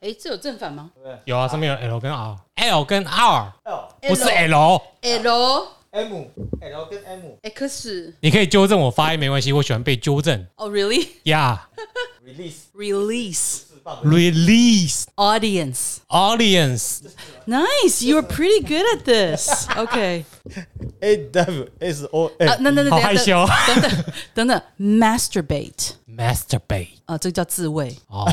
哎，这有正反吗对不对有啊，上面有 L 跟 R，L 跟 R ？L 不是 L，哦 L M L 跟 M X 你可以纠正我发音没关系，我喜欢被纠正哦，really 呀。 release release 释放 Release audience audience， nice you're pretty good at this okay A W S O 啊， N 那那那 好害羞等等等等，masturbate masturbate。啊，这个叫自慰哦，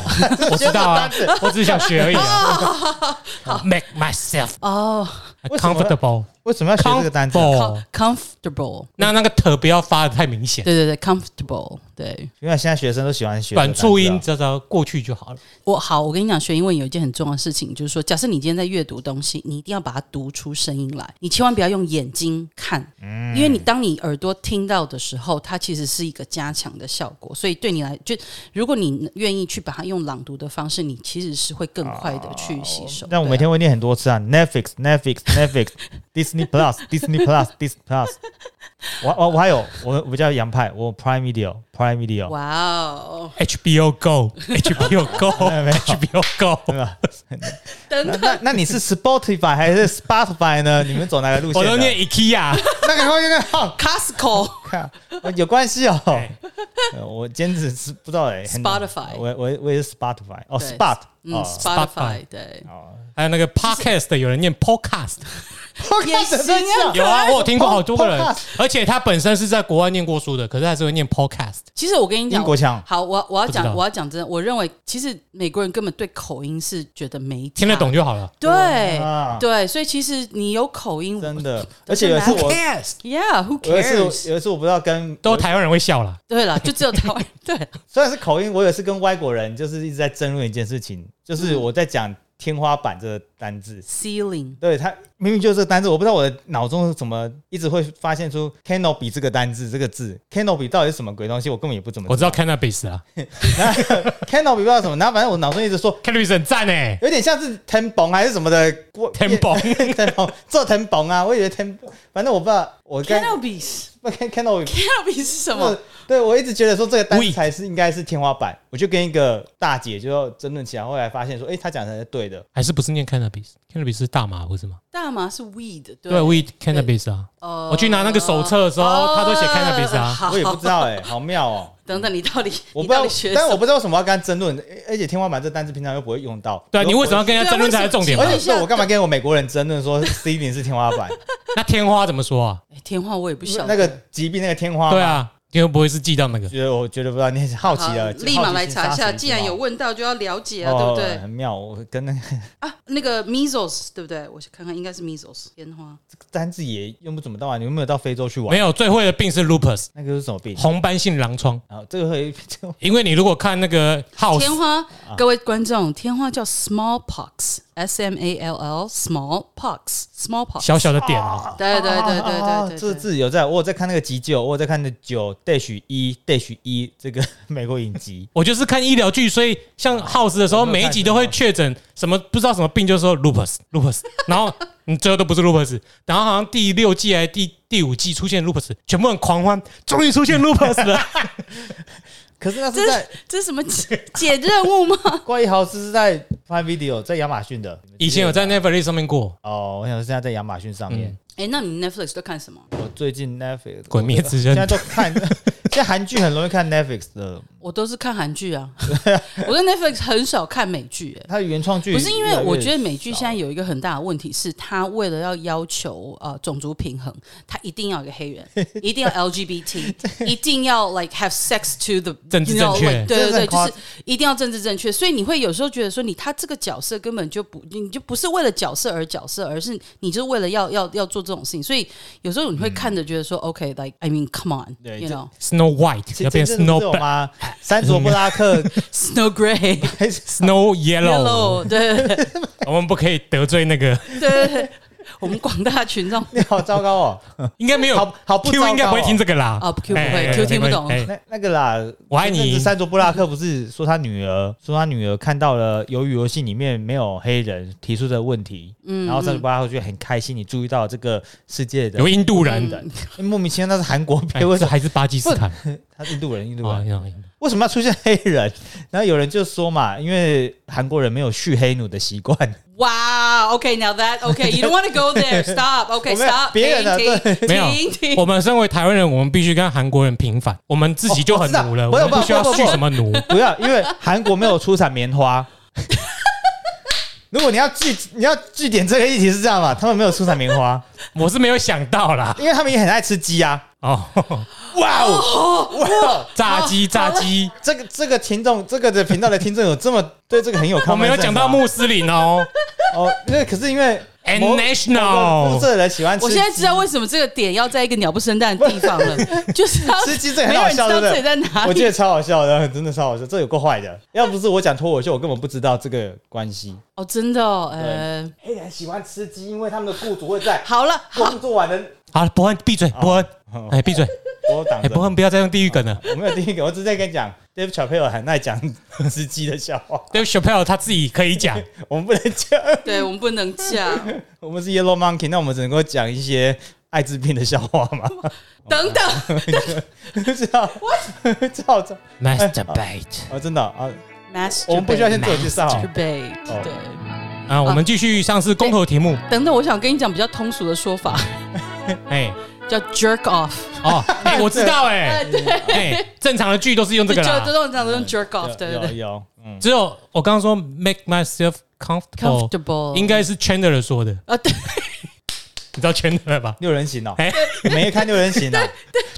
我知道啊，我只是想学而已啊。Make myself 哦、为什么 comfortable。为什么要学这个单词啊？ Comfortable c o m f o r t a b l e 那那个 t 不要发的太明显，对对对，comfortable，对因为现在学生都喜欢学这个短单词啊促音，只要过去就好了。我好，我跟你讲，学英文有一件很重要的事情，就是说，假设你今天在阅读东西，你一定要把它读出声音来，你千万不要用眼睛看，嗯因为你当你耳朵听到的时候，它其实是一个加强的效果，所以对你来，就如果你愿意去把它用朗读的方式，你其实是会更快的去吸收。哦但我对啊每天会念很多次啊，Netflix Netflix Netflix Disney Plus Disney Plus Disney Plus。我我我还有我我比较洋派，我 Prime Video Prime Video 哇哦， HBO Go，HBO 没有 Go，HBO Go，没有。等 那等，那那你是 Spotify 还是 Spotify 呢？你们走哪个路线我的？都念 IKEA。那个那个哦 Costco 看我有关系哦哎。 呃我兼职是不知道哎很 Spotify 我我我也是 Spotify 哦对 Spot 嗯哦，Spotify 对，哦，还有那个 podcast，有人念 podcast，也行啊有啊，我有听过好多个人 Podcast，而且他本身是在国外念过书的，可是还是会念 podcast。其实我跟你讲，英国腔好，我我要不知讲，道我要讲真的，我认为其实美国人根本对口音是觉得没听得差懂，就好了。对、啊对，所以其实你有口音真的，而且有一次我 Podcast， ，Yeah，Who 有一次 cares？有一次我不知道跟啊都台湾人会笑啦。对了，就只有台湾 对虽然是口音，我有一次跟外国人就是一直在争论一件事情，嗯就是我在讲天花板这个单字。 ，Ceiling 对他明明就是这个单字，我不知道我的脑中怎么一直会发现出 canopy 这个单字，这个字 canopy 到底是什么鬼东西，我根本也不怎么我知道 cannabis 啊 canopy 不知道什么，然后反正我脑中一直说，cannabis 很赞哎有点像是 t e m p o n 还是什么的 t ，temple t e m p o n 做 t e m p o n 啊，我以为 t e m p o n 反正我不知道，我跟 Cannabis 不 canopy Cannabis 是什么？对，我一直觉得说这个单词 Weak 才是应该是天花板，我就跟一个大姐就争论起来，后来发现说，哎、她讲的才是对的。还是不是念 cannabis？cannabis 是大麻不是吗？大麻是 weed 对对，weed cannabis 啊。哦我去拿那个手册的时候，他都写 cannabis 啊。好我也不知道 哎、好妙哦、等等，你到底我你不知到道底学，但什我么不知道为什么要跟她争论，而而且天花板这单词平常又不会用到。对啊，我你为什么要？跟人家争论才是重点我嘛对啊？而为什么且我干嘛跟我美国人争论说 C 零是天花板？那天花怎么说啊？哎天花我 也不晓得那个疾病那个天花板对，啊，你会不会是记到那个？觉得我觉得不知道，你好奇了，好立马来查一下，既然有问到就要了解啊，对啊哦不对？很妙，我跟那个啊，那个 measles 对不对？我去看看，应该是 measles 天花。单字也用不怎么到啊，你有没有到非洲去没玩？有，最会的病是 lupus，那个是什么病？红斑性狼疮。啊，这个会这个因为你如果看那个 house 天花，啊各位观众，天花叫 smallpox，S M A L L smallpox，smallpox，小小的点啊，对对对啊对对这对对，字有在，我有在看那个急救，我有在看那九 dash 一 dash 一这个 美国影集。我就是看医疗剧，所以像 house 的时候，啊我每没有看一集都会确诊什么不知道什么病，就说 lupus lupus，然 后你最后都不是 lupus，然后好像第六季还是第第五季出现 lupus，全部人狂欢，终于出现 lupus 了。可是那是这在是这是什么解解任务吗？ 怪异豪斯是在 Prime Video，在亚马逊的。以前有在 Netflix 上面过哦，我想说现在在亚马逊上面。哎，那你 Netflix 都看什么？我最近 Netflix《鬼灭之刃现在都看， 现在韩剧很容易看 Netflix 的，我都是看韩剧啊， 我跟 Netflix 很少看美剧，哎。它的原创剧不是因为我觉得美剧越来越少现在有一个很大的问题，是它为了要要求呃种族平衡，它一定要有个黑人，一定要 LGBT，一定要 like have sex to the 政治 you know, 正确 like- 对对这是对，很就夸是一定要政治正确，所以你会有时候觉得说你他这个角色根本就不，你就不是为了角色而角色，而是你就是为了要要要做这种事情，所以有时候你会看着觉得说、OK，like I mean come 嗯对 on，you 这 know Snow White，前要前变阵子不 Snow 是有啊 Black 吗？山卓布拉克 snow gray 还是 Snow Yellow， yellow，对对对我们不可以得罪那 个，对对， 我们广大群众。你好糟糕哦，应该没有好好不 Q 糟糕哦应该不会听这个啦。哦，Q 不会哎 Q 听不懂哎那那个啦，我爱你前阵子山卓布拉克不是说他女儿说他女儿看到了《鱿鱼游戏》里面没有黑人提出的问题，嗯，然后山卓布拉克就很开心，你注意到这个世界的有印度人，莫名其妙那是韩国哎片，为什这么还是巴基斯坦？他是印度人？印度啊人印度人为什么要出现黑人？然后有人就说嘛，因为韩国人没有蓄黑奴的习惯， Wow. Okay. Now that. Okay. You don't want to go there. Stop. Okay. 我没有 Stop. 别人啊停 没有停停，停。我们身为台湾人，我们必须跟韩国人平反，我们自己就很奴了，哦我我知道们不需要不不不续什么奴。不要，因为韩国没有出产棉花。 如果你要据你要据点这个议题是这样嘛，他们没有出产棉花，我是没有想到啦，因为他们也很爱吃鸡啊。哦， 哇哦，哇哦，炸鸡炸鸡，这个这个听众这个的频道的听众有这么对这个很有 common sense 啊，我没有讲到穆斯林哦。哦，因为可是因为 And 某 national 某个肤色人喜欢吃我鸡，现在知道为什么这个点要在一个鸟不生蛋的地方了，就是 要吃鸡这个没很有好人知笑，道对不自己对？在哪我里觉。得超好笑的，真的超好笑，这有够坏的。要不是我讲脱口秀，我根本不知道这个关系。哦，真的哦，呃，黑人哎喜欢吃鸡，因为他们的雇主会在好了， 好，工作完 的好，伯恩闭嘴，伯恩，哦哎，闭嘴，我挡哎，伯着。恩不要再用地狱梗了。我没有第一个，我只是在跟你讲，Dave Chappelle 很爱讲吃鸡的笑话，对 s h a p e l l 他自己可以讲，我们不能讲，对我们不能讲， 我们是 Yellow Monkey，那我们只能够讲一些艾滋病的笑话嘛？等等， 知道？ 知道知道 masturbate 啊，真的啊， master，我们不需要先自我介绍。 debate，哦对，啊！我们继续上次公投题目，等等，我想跟你讲比较通俗的说法，哎叫 jerk off，哦，哎，我知道，哎哎，对，哎，正常的剧都是用这就个就啦，都这样，都哎用 jerk off，对有对对有，嗯，只有我刚刚说 make myself comfortable， ，comfortable，哦应该是 Chandler 说的，啊，对，你知道 Chandler 吧？六人行哦哎，没看六人行 啊，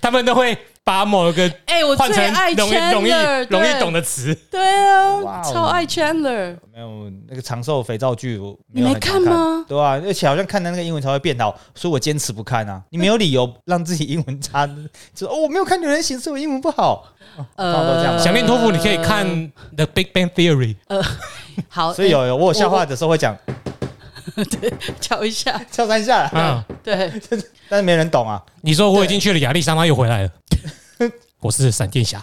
他们都会把某个哎，我换最成爱容易容易 Chandler，容易对懂的词。对啊，哇哦超爱 Chandler，没有那个长寿肥皂剧，我你有没很看常吗对啊，而且好像看的那个英文才会变好，所以我坚持不看啊。你没有理由让自己英文差，就哦，我没有看六人行，所以我英文不好。差不多这呃样吧想念托福，你可以看《The Big Bang Theory》，好，所以有有我有笑话的时候会讲瞧一下，跳三下啦，嗯啊，对，但是没人懂啊。你说我已经去了亚利桑那，又 回来了，我是闪电侠，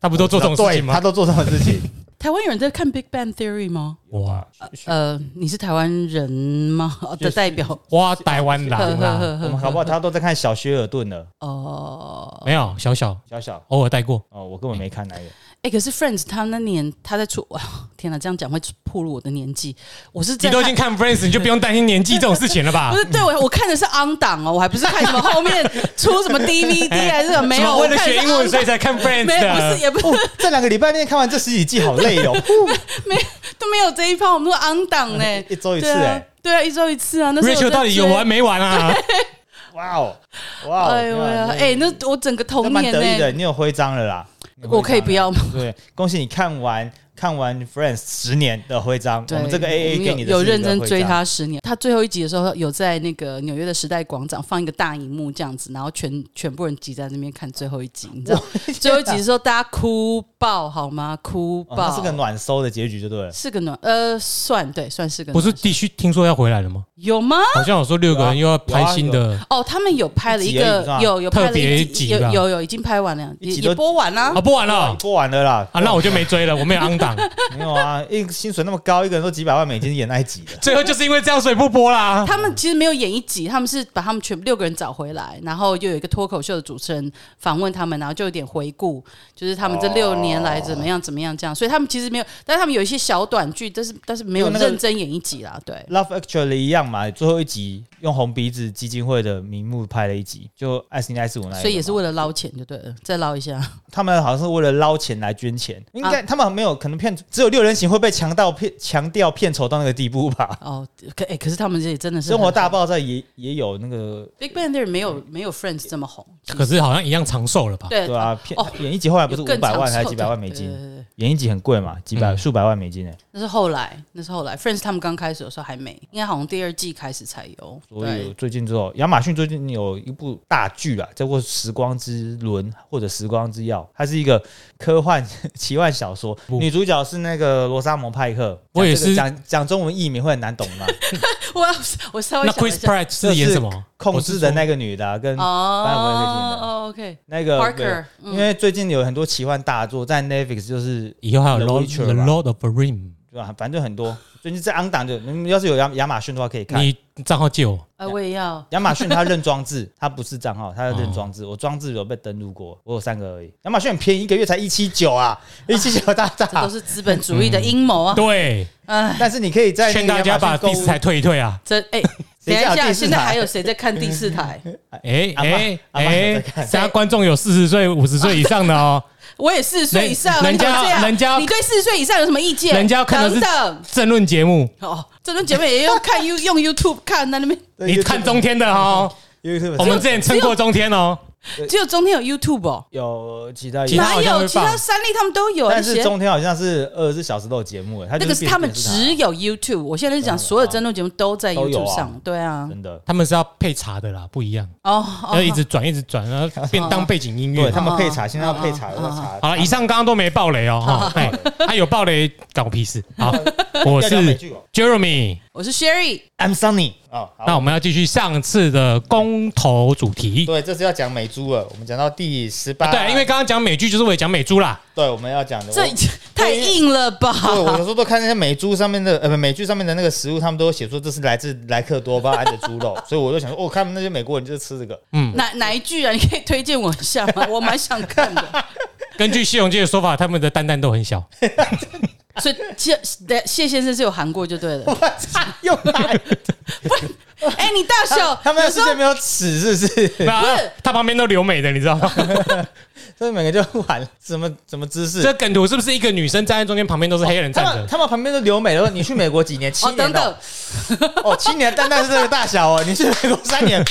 他不都做这种事情对他吗？都做这种事 情。台湾有人在看 Big Bang Theory 吗？哇呃，你是台湾人吗？哦的代表哇，台湾狼啊啦，我们好不好？他都在看小薛尔顿了，哦，没有小小小小偶尔带过，哦，我根本没看那个。哎，可是 Friends 他那年他在出， 哇，天哪，这样讲会暴露我的年纪。我是你在都已看经啊看 Friends，你就不用担心年纪这种事情了吧不？是对我，我看的是 on 档哦，我还不是看什么 后面出什么 DVD 啊还是什么 没什有，么我为了看的学是英文 on 所以才看 Friends 没有，不是的？也不哦，这两个礼拜内看完这十几季，好 累哦。都没有这一趴，我们都 on 档呢，一 周一次对啊哎，对啊，一周一次啊。那时候 Rachel 我在到底有追完？没完啊？ 哇哦，哇哦！哎呦喂啊，哎，那我整个那童蛮年得意呢的，，你有徽章了啦。你有徽章了我可以不要吗？对，恭喜你看完看完 Friends 十年的徽章，我对们这个我 AA 们给你的有有是你的认真徽追章，他十年。他最后一集的时候，有在那个纽约的时代广场放一个大荧幕这样子，然后全全部人挤在那边看最后一集。你知道 最后一集的时候，大家哭爆好吗？哭哦爆，那是个暖收的结局就对了。是个暖，呃，算对，算是个不暖是地区听说要回来了吗？有吗？好像有说六个人又要拍新的哦，他们有拍了一一集而已是个吧，有有拍特了别一集有吧有有已经拍完了，一也集也都播完了啊，。播完了播完了啦，啊，那我就没追了，我没有 on 档。 没有啊，一薪水那么高，一个人都几百万美金演那一集的，最后就是因为这样，所以不播啦。他们其实没有演一集，他们是把他们全部六个人找回来，然后又有一个脱口秀的主持人访问他们，然后就有点回顾，就是他们这六年来怎么样怎么样这样。所以他们其实没有，但是他们有一些小短剧，但是但是没有因为那个认真演一集啦。对， Love Actually 一样嘛，最后一集用红鼻子基金会的名目拍了一集，就爱死你爱死我那一个嘛所以也是为了捞钱就对了，再捞一下。他们好像是为了捞钱来捐钱，应该、啊他们没有可能骗，只有六人行会被强盗骗强调片酬到那个地步 吧。哦，可哎、可是他们这里真的是生活大爆爆炸也也有那个 Big Bang Theory 没有没有 Friends 这么红，可是好像一样长寿了吧？对对啊，片、哦演一集后来不是有五更百长万还是寿几百万对美金对？对对演一集很贵嘛，几百、嗯数百万美金呢、那是后来，那是后来，Friends 他们刚开始的时候还没，应该好像第二季开始才有。所以对，最近之后，亚马逊最近有一部大剧啊，叫做《时光之轮》或者《时光之钥》，它是一个科幻奇幻小说， 不女主角是那个罗莎蒙派克。我也讲这个是讲讲中文译名会很难懂 嘛，我我稍微那想了一 Chris 下， Pratt 是演什么？控制的那个女的啊、跟哦哦，OK，那个 Parker，嗯对因为最近有很多奇幻大作在 Netflix，就是以后还有 The Lord Witcher The 吧 Lord of the Ring，对吧？反正很多，最近在昂档就，你们要是有亚亚马逊的话可以看。你账号借我，哎，我也要。亚马逊它认装置，它不是账号，它要认装 哦置。我装置有被登录过，我有三个而已。亚马逊很便宜，一个月才一七 九啊，一七九大这大都。是资本主义的阴谋嗯啊！对，哎，但是你可以在那劝个大家亚把马逊购第物四台退一退啊！这 哎，谁等一家有下，第四台现在还有谁在看第四 台？哎阿嬷哎阿嬷有哎在，看现在观众有四十岁、五十岁以上的哦，我也四十岁以上啊，人你怎么人家这样人家你对四十岁以上有什么意见？人家要看的是等等政论节目，哦，这种姐妹也要看 You 用 YouTube 看，那那边对你看中天的哦， YouTube，我们之前撑过中天哦，只有中天有 YouTube 哦，有其他其有，他哪好像有会其放他三立他们都有，但那些是中天好像是二十四小时都有节目，它那就个是是变他们电视台啊只有 YouTube，我现在是讲所有争论节目都在都有啊 YouTube 上，对啊，真的。他们是要配茶的啦，不一样，哦，要哦一直转一直转，然后变当背景音乐对。他们配茶，哦现在要配茶，哦要茶。好了，以上刚刚都没爆雷哦，哈，哎，他有爆雷干我屁 事。好，我要聊美是剧哦 Jeremy，我是 Sherry， I'm Sunny 哦，好那我们要继续上次的公投主题。对，这次要讲美猪了。我们讲到第十八，啊对，因为刚刚讲美剧，就是为了讲美猪 啦。对我们要讲的这我太硬了吧？对，我有时候都看那些美猪上面的，呃，不，美剧上面的那个食物，他们都写说这是来自莱克多巴胺的猪肉，所以我就想说，哦，看那些美国人就是吃这个。哪哪一句啊？你可以推荐我一下 吗？我蛮想看的，根据西荣界的说法，他们的蛋蛋都很小。所以谢谢谢先生是有韩过就对了。我操，又来！哎，你大小， 他们有的时世候界没有尺，是不是？对啊，他旁边都留美的，你知道吗？所以每个就玩什么什么姿势。这梗图是不是一个女生站在中间，旁边都是黑人他站们着？他们旁边都留美了。你去美国几年？七哦，年等的等哦。，哦，七年的蛋蛋是这个大小哦。你去美国三年，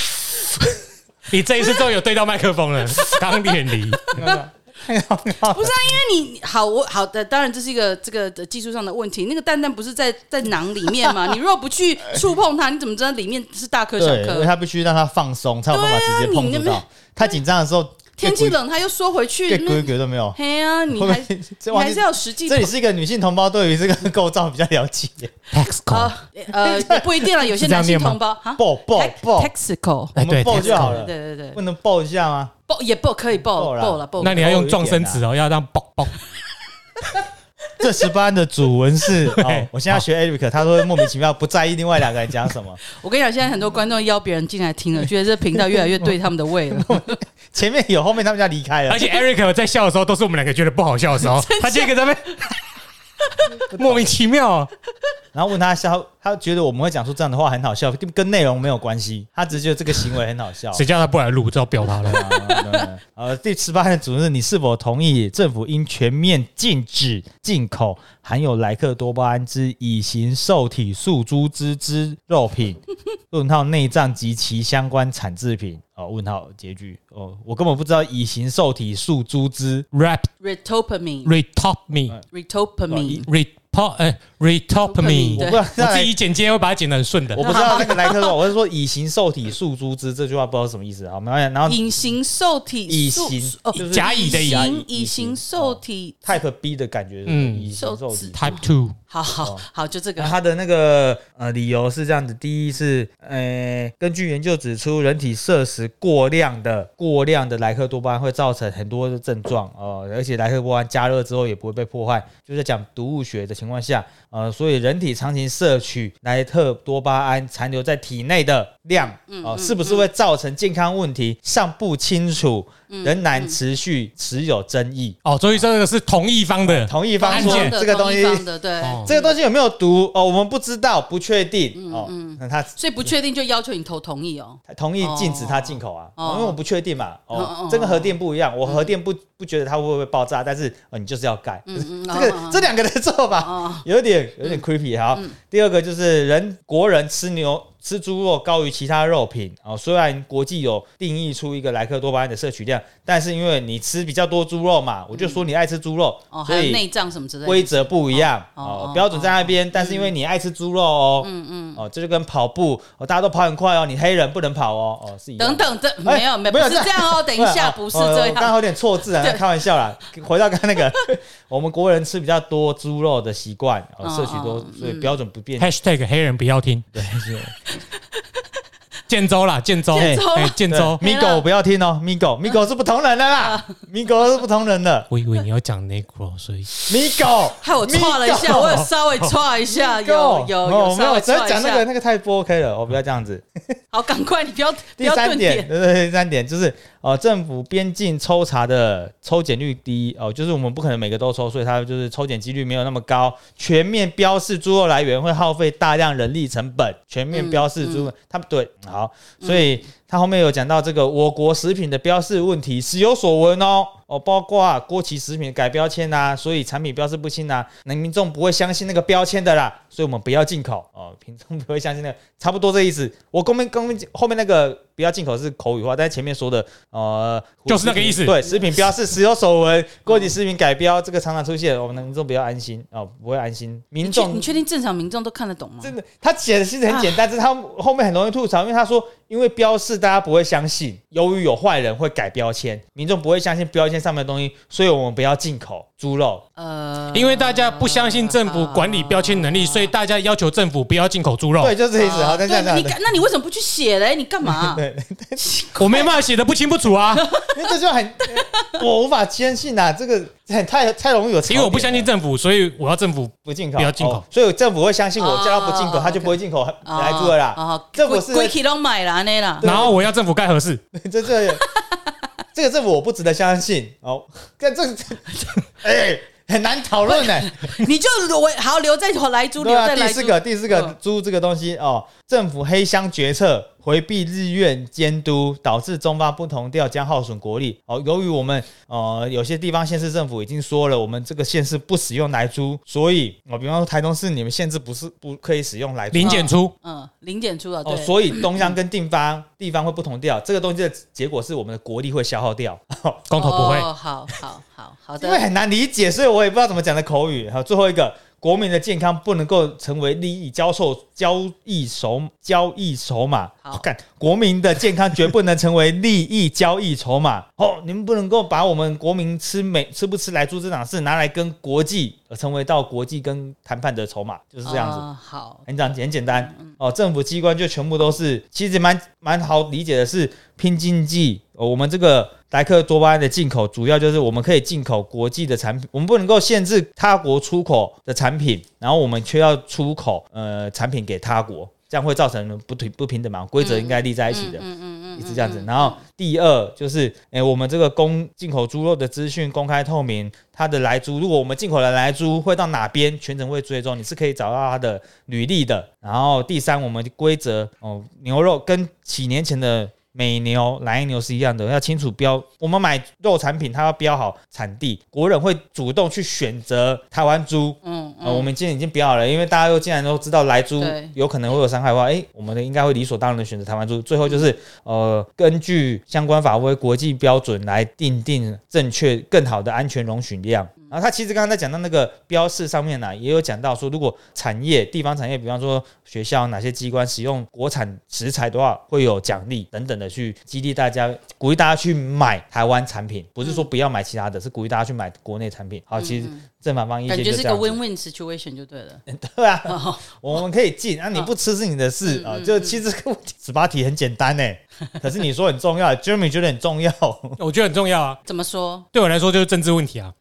你这一次终于有对到麦克风 了，刚远离。不是啊，因为你好，我好的，当然这是一个这个的技术上的问题。那个蛋蛋不是在在囊里面 吗？你如果不去触碰它，你怎么知道里面是大颗小对，因为颗？他必须让他放松，才有办法直接碰对啊触你那到。他紧张的时候，天气冷，它又缩回连去。规那格都没有。嘿啊， 你还会不会你这忘还记是要有实际这里是一个女性同胞对于这个构造比较了解。哦 Taxco，啊呃也不一定了，有些男性同胞哈爆爆爆！ ，Texaco，哎我对们爆就好对了，对对不，能爆一下吗？爆也爆可以爆爆啦爆了爆，那你要用撞啊声词哦，要让爆爆。这十八的主文是哦，我现在学 Eric，他说莫名其妙不在意另外两个人讲什么，我跟你讲，现在很多观众邀别人进来听 了，觉得这频道越来越对他们的胃了。前面有，后面他们要离开 了而。且 Eric 在笑的时候，都是我们两个觉得不好笑的时候，他这个在那边莫名其妙啊。然后问他笑，他觉得我们会讲出这样的话很好笑，跟跟内容没有关系，他只是觉得这个行为很好笑。谁叫他不来录，就要表他了。啊对呃，第十八的主任，你是否同意政府应全面禁止进口含有莱克多巴胺之乙型受体素猪脂之肉品？问号内脏及其相关产制品。哦，问号结局。哦，我根本不知道乙型受体素猪脂 Rap Retopamine。 retop me 嗯 Retopamine， repop 哎 retop me，对我不知道我自己剪接会把它剪得很顺的 我。不知道那个莱克多巴，我是说乙型受体素猪脂这句话不知道什么意思。好，没关系。然后隐形受体乙素型哦就是甲乙的乙乙乙哦乙型型受体， Type B 的感觉，嗯，嗯乙型受体。 Type two，好哦好好，就这个那。他的那个呃理由是这样子：第一是，呃，根据研究指出，人体摄食过量的过量的莱克多巴胺会造成很多的症状，呃，而且莱克多巴胺加热之后也不会被破坏，就在讲毒物学的情况下，呃，所以人体长期摄取莱克多巴胺残留在体内的量，嗯哦、是不是会造成健康问题尚不清楚，嗯仍然持续持有争议。哦，所以这个是同一方的，同意方案件同一方嗯的说这个东西同一方的对，嗯哦这个东西有没有毒哦？我们不知道，不确定哦。那他所以不确定就要求你投同意嗯哦。他同意禁止它进口啊，哦哦因为我不确定嘛。嗯哦嗯，这跟核电不一样，我核电不不觉得它会不会爆炸，但是哦，你就是要盖。 嗯嗯，这个哦这两个的做法哦嗯有点有点 creepy 哈。第二个就是人国人吃牛吃猪肉高于其他肉品哦，虽然国际有定义出一个莱克多巴胺的摄取量，但是因为你吃比较多猪肉嘛，我就说你爱吃猪肉哦，，还所有以内脏什么之类规的。则不一样哦哦哦嗯标准在那边，但是因为你爱吃猪肉哦，嗯嗯，哦，这就跟跑步哦，大家都跑很快哦，你黑人不能跑哦，哦是一样等的。等，这哎没有没有没不有是这样哦。等一下，哦不是哦这我刚刚样。有点错字啊，对开玩笑啦。回到刚刚那个， 我们国人吃比较多猪肉的习惯，哦嗯摄取多嗯，所以标准不变。 hashtag 黑人不要听，对，是建州啦，建州，建州哎，建州。没嗯了 Migo 不要听哦，Migo Migo 是不同人的啦，Migo 是不同人的我以为你要讲 Negro，所以，Migo 害我错了一下，我有稍微错一下， 有有有哦没稍有，微只要错一讲那个下。那个太不 OK 了，我不要这样子。好，赶快，你不要不第要三顿点，点。对对对，第三点就是呃，政府边境抽查的抽检率低哦、就是我们不可能每个都抽，所以它就是抽检几率没有那么高。全面标示猪肉来源会耗费大量人力成本，全嗯面标示猪肉，他们对好，所以他后面有讲到这个我国食品的标示问题，时有所闻哦。哦，包括、啊、郭旗食品改标签呐、所以产品标示不清呐、那民众不会相信那个标签的啦，所以我们不要进口哦，民众不会相信那个，差不多这意思。我后面刚后面那个不要进口是口语化，但是前面说的呃，就是那个意思对，食品标示时有所闻，郭旗食品改标这个常常出现，我们民众不要安心哦，不会安心，民你确众你确定正常民众都看得懂吗？真的，他写的其实很简啊单，但是他后面很容易吐槽，因为他说，因为标示大家不会相信，由于有坏人会改标签，民众不会相信标签上面的东西，所以我们不要进口猪肉。呃，因为大家不相信政府管理标签能力，所以大家要求政府不要进口猪肉。对，就是这意啊思。好，再这样这对，样你子，干那你为什么不去写嘞？你干 嘛？我没办法写的不清不楚啊，因为这就很，我无法坚信啊，这个很太太容易有槽点了，因为我不相信政府，所以我要政府不进口，不要进口哦所以政府会相信我哦叫他不进口，他就 OK 不会进口哦来猪了啦。哦，这不是归期都买了那啦。对然后我要政府盖合适， 这这这个政府我不值得相信哦， 但这这哎很难讨论呢。你就我好留在莱猪，对留啊，在第莱四猪。个，第四个嗯猪这个东西哦，政府黑箱决策，回避日院监督，导致中方不同调将耗损国力。哦，由于我们呃有些地方县市政府已经说了，我们这个县市不使用来猪，所以哦，比方说台东市你们县市不是不可以使用来猪。零检出嗯，零检出了，哦，对，所以东乡跟地方地方会不同调，这个东西的结果是我们的国力会消耗掉，公投不会。哦，好好好好因为的，很难理解，所以我也不知道怎么讲的口语。好，最后一个，国民的健康不能够成为利益交售交易筹交易筹码。好哦干，国民的健康绝不能成为利益交易筹码。哦，你们不能够把我们国民吃美吃不吃来猪这档事拿来跟国际呃成为到国际跟谈判的筹码，就是这样子。哦好，很简很简单哦，政府机关就全部都是，其实蛮蛮好理解的是拼经济、哦。我们这个莱克多巴胺的进口，主要就是我们可以进口国际的产品，我们不能够限制他国出口的产品，然后我们却要出口呃产品给他国，这样会造成不平不平等嘛？规则应该立在一起的。嗯嗯一直这样子。然后第二就是，诶、我们这个公进口猪肉的资讯公开透明，它的来猪，如果我们进口了来猪会到哪边，全程会追踪，你是可以找到它的履历的。然后第三，我们的规则哦，牛肉跟几年前的。美牛、来牛是一样的，要清楚标。我们买肉产品，它要标好产地。国人会主动去选择台湾猪，嗯呃，我们今天已经不要了，因为大家都既然都知道来猪对有可能会有伤害的话，诶，我们的应该会理所当然的选择台湾猪。最后就是呃，根据相关法规、国际标准来定定正确、更好的安全容许量。然后他其实刚刚在讲到那个标示上面呢、啊也有讲到说，如果产业、地方产业，比方说学校哪些机关使用国产食材的话，会有奖励等等的去激励大家，鼓励大家去买台湾产品，不是说不要买其他的，是鼓励大家去买国内产品。好，其实正反方意嗯见感觉就这是个样子。 win-win situation 就对了。对啊，我们可以进，啊，你不吃是你的事哦嗯啊。嗯就其实这个问题，十八题很简单呢， 可是你说很重要，Jeremy 觉得很重要。我觉得很重要啊，怎么说？对我来说就是政治问题啊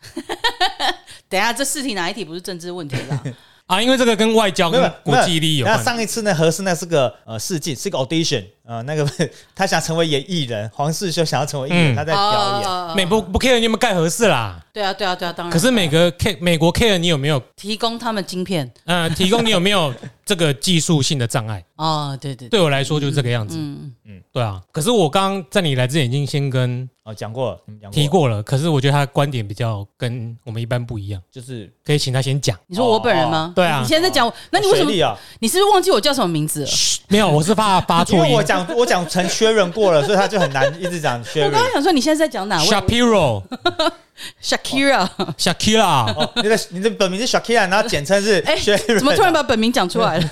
等一下这四题哪一题不是政治问题啦？啊，因为这个跟外交没有跟国际利益有那关。上一次那合适那是个呃试镜，是个 audition，呃，那个 他想成为演艺人，黄世修想要成为艺人，嗯他在表演。哦美不不 care 你有没有盖合适啦，对啊对啊对啊，嗯当然。可是每个 care 美国 care 你有没有提供他们晶片呃提供你有没有 这个技术性的障碍。哦，对对对，对我来说就是这个样子。嗯，对啊，可是我刚刚在你来之前已经先跟哦，讲过了，你们讲提过，过了，可是我觉得他的观点比较跟我们一般不一样，就是可以请他先讲。 你说我本人吗哦？对啊你现在在讲我，那你为什么水？利啊？你是不是忘记我叫什么名字了？没有，我是怕发因错为音我。讲我讲成 Sharon 过了，所以他就很难一直讲我刚 Sharon 刚。想说你现在在讲哪位 Shapiro、 ？Shakira，哦 Shakira，哦，你的你的本名是 Shakira，然后简称是哎 Sharon。 怎么突然把本名讲出来了？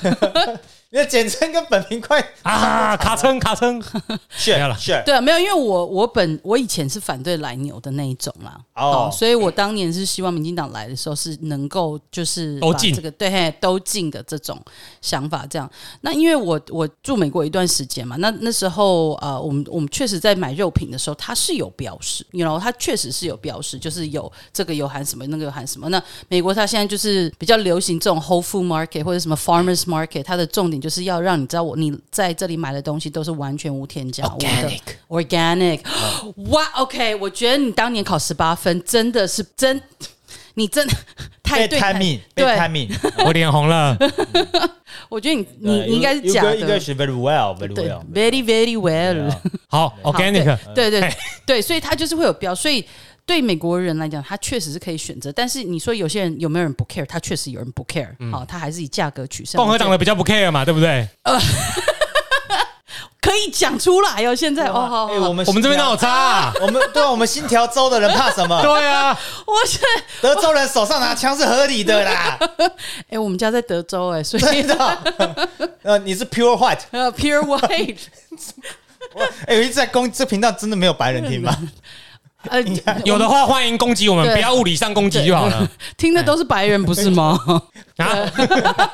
你的简称跟本名快啊，卡称卡 称，选没有了选对啊，没有，因为我我本我以前是反对来牛的那一种啦，哦，哦所以我当年是希望民进党来的时候是能够就是都把进这个对嘿都进的这种想法这样。那因为我我住美国一段时间嘛，那那时候呃，我们我们确实在买肉品的时候，它是有标识，你 you know，它确实是有标识，就是有这个有含什么，那个有含什么。那美国它现在就是比较流行这种 Whole Food Market 或者什么 Farmers Market，它的重点就是要让你知道我你在这里买的东西都是完全无添加物的 organic。哇，OK，我觉得你当年考十八分真的是真，你真的 太被对摊台命，被对摊命。我脸红了。我觉得你 你对你应该是 you- you 假 go- you 的 guys very well，very 对 well。 ，very very well。啊好好对，organic，对对哎对对，所以它就是会有标，所以。对美国人来讲，他确实是可以选择，但是你说有些人有没有人不 care？他确实有人不 care，好、他嗯还是以价格取胜。共和党的比较不 care 嘛，对不对？可以讲出来哦，现在哦，好好好哎，我们我们这边哪信条有差啊？我们对啊，我们信条州的人怕什么？对啊，我是德州人手上拿枪是合理 的啦，哎、我们家在德州哎、所以 真的。呃，你是 pure white。呃，Pure White，我哎，我一直在攻这频道，真的没有白人听吗？呃，有的话欢迎攻击我们，对不要物理上攻击就好了。 听的都是白人不是哎吗？啊，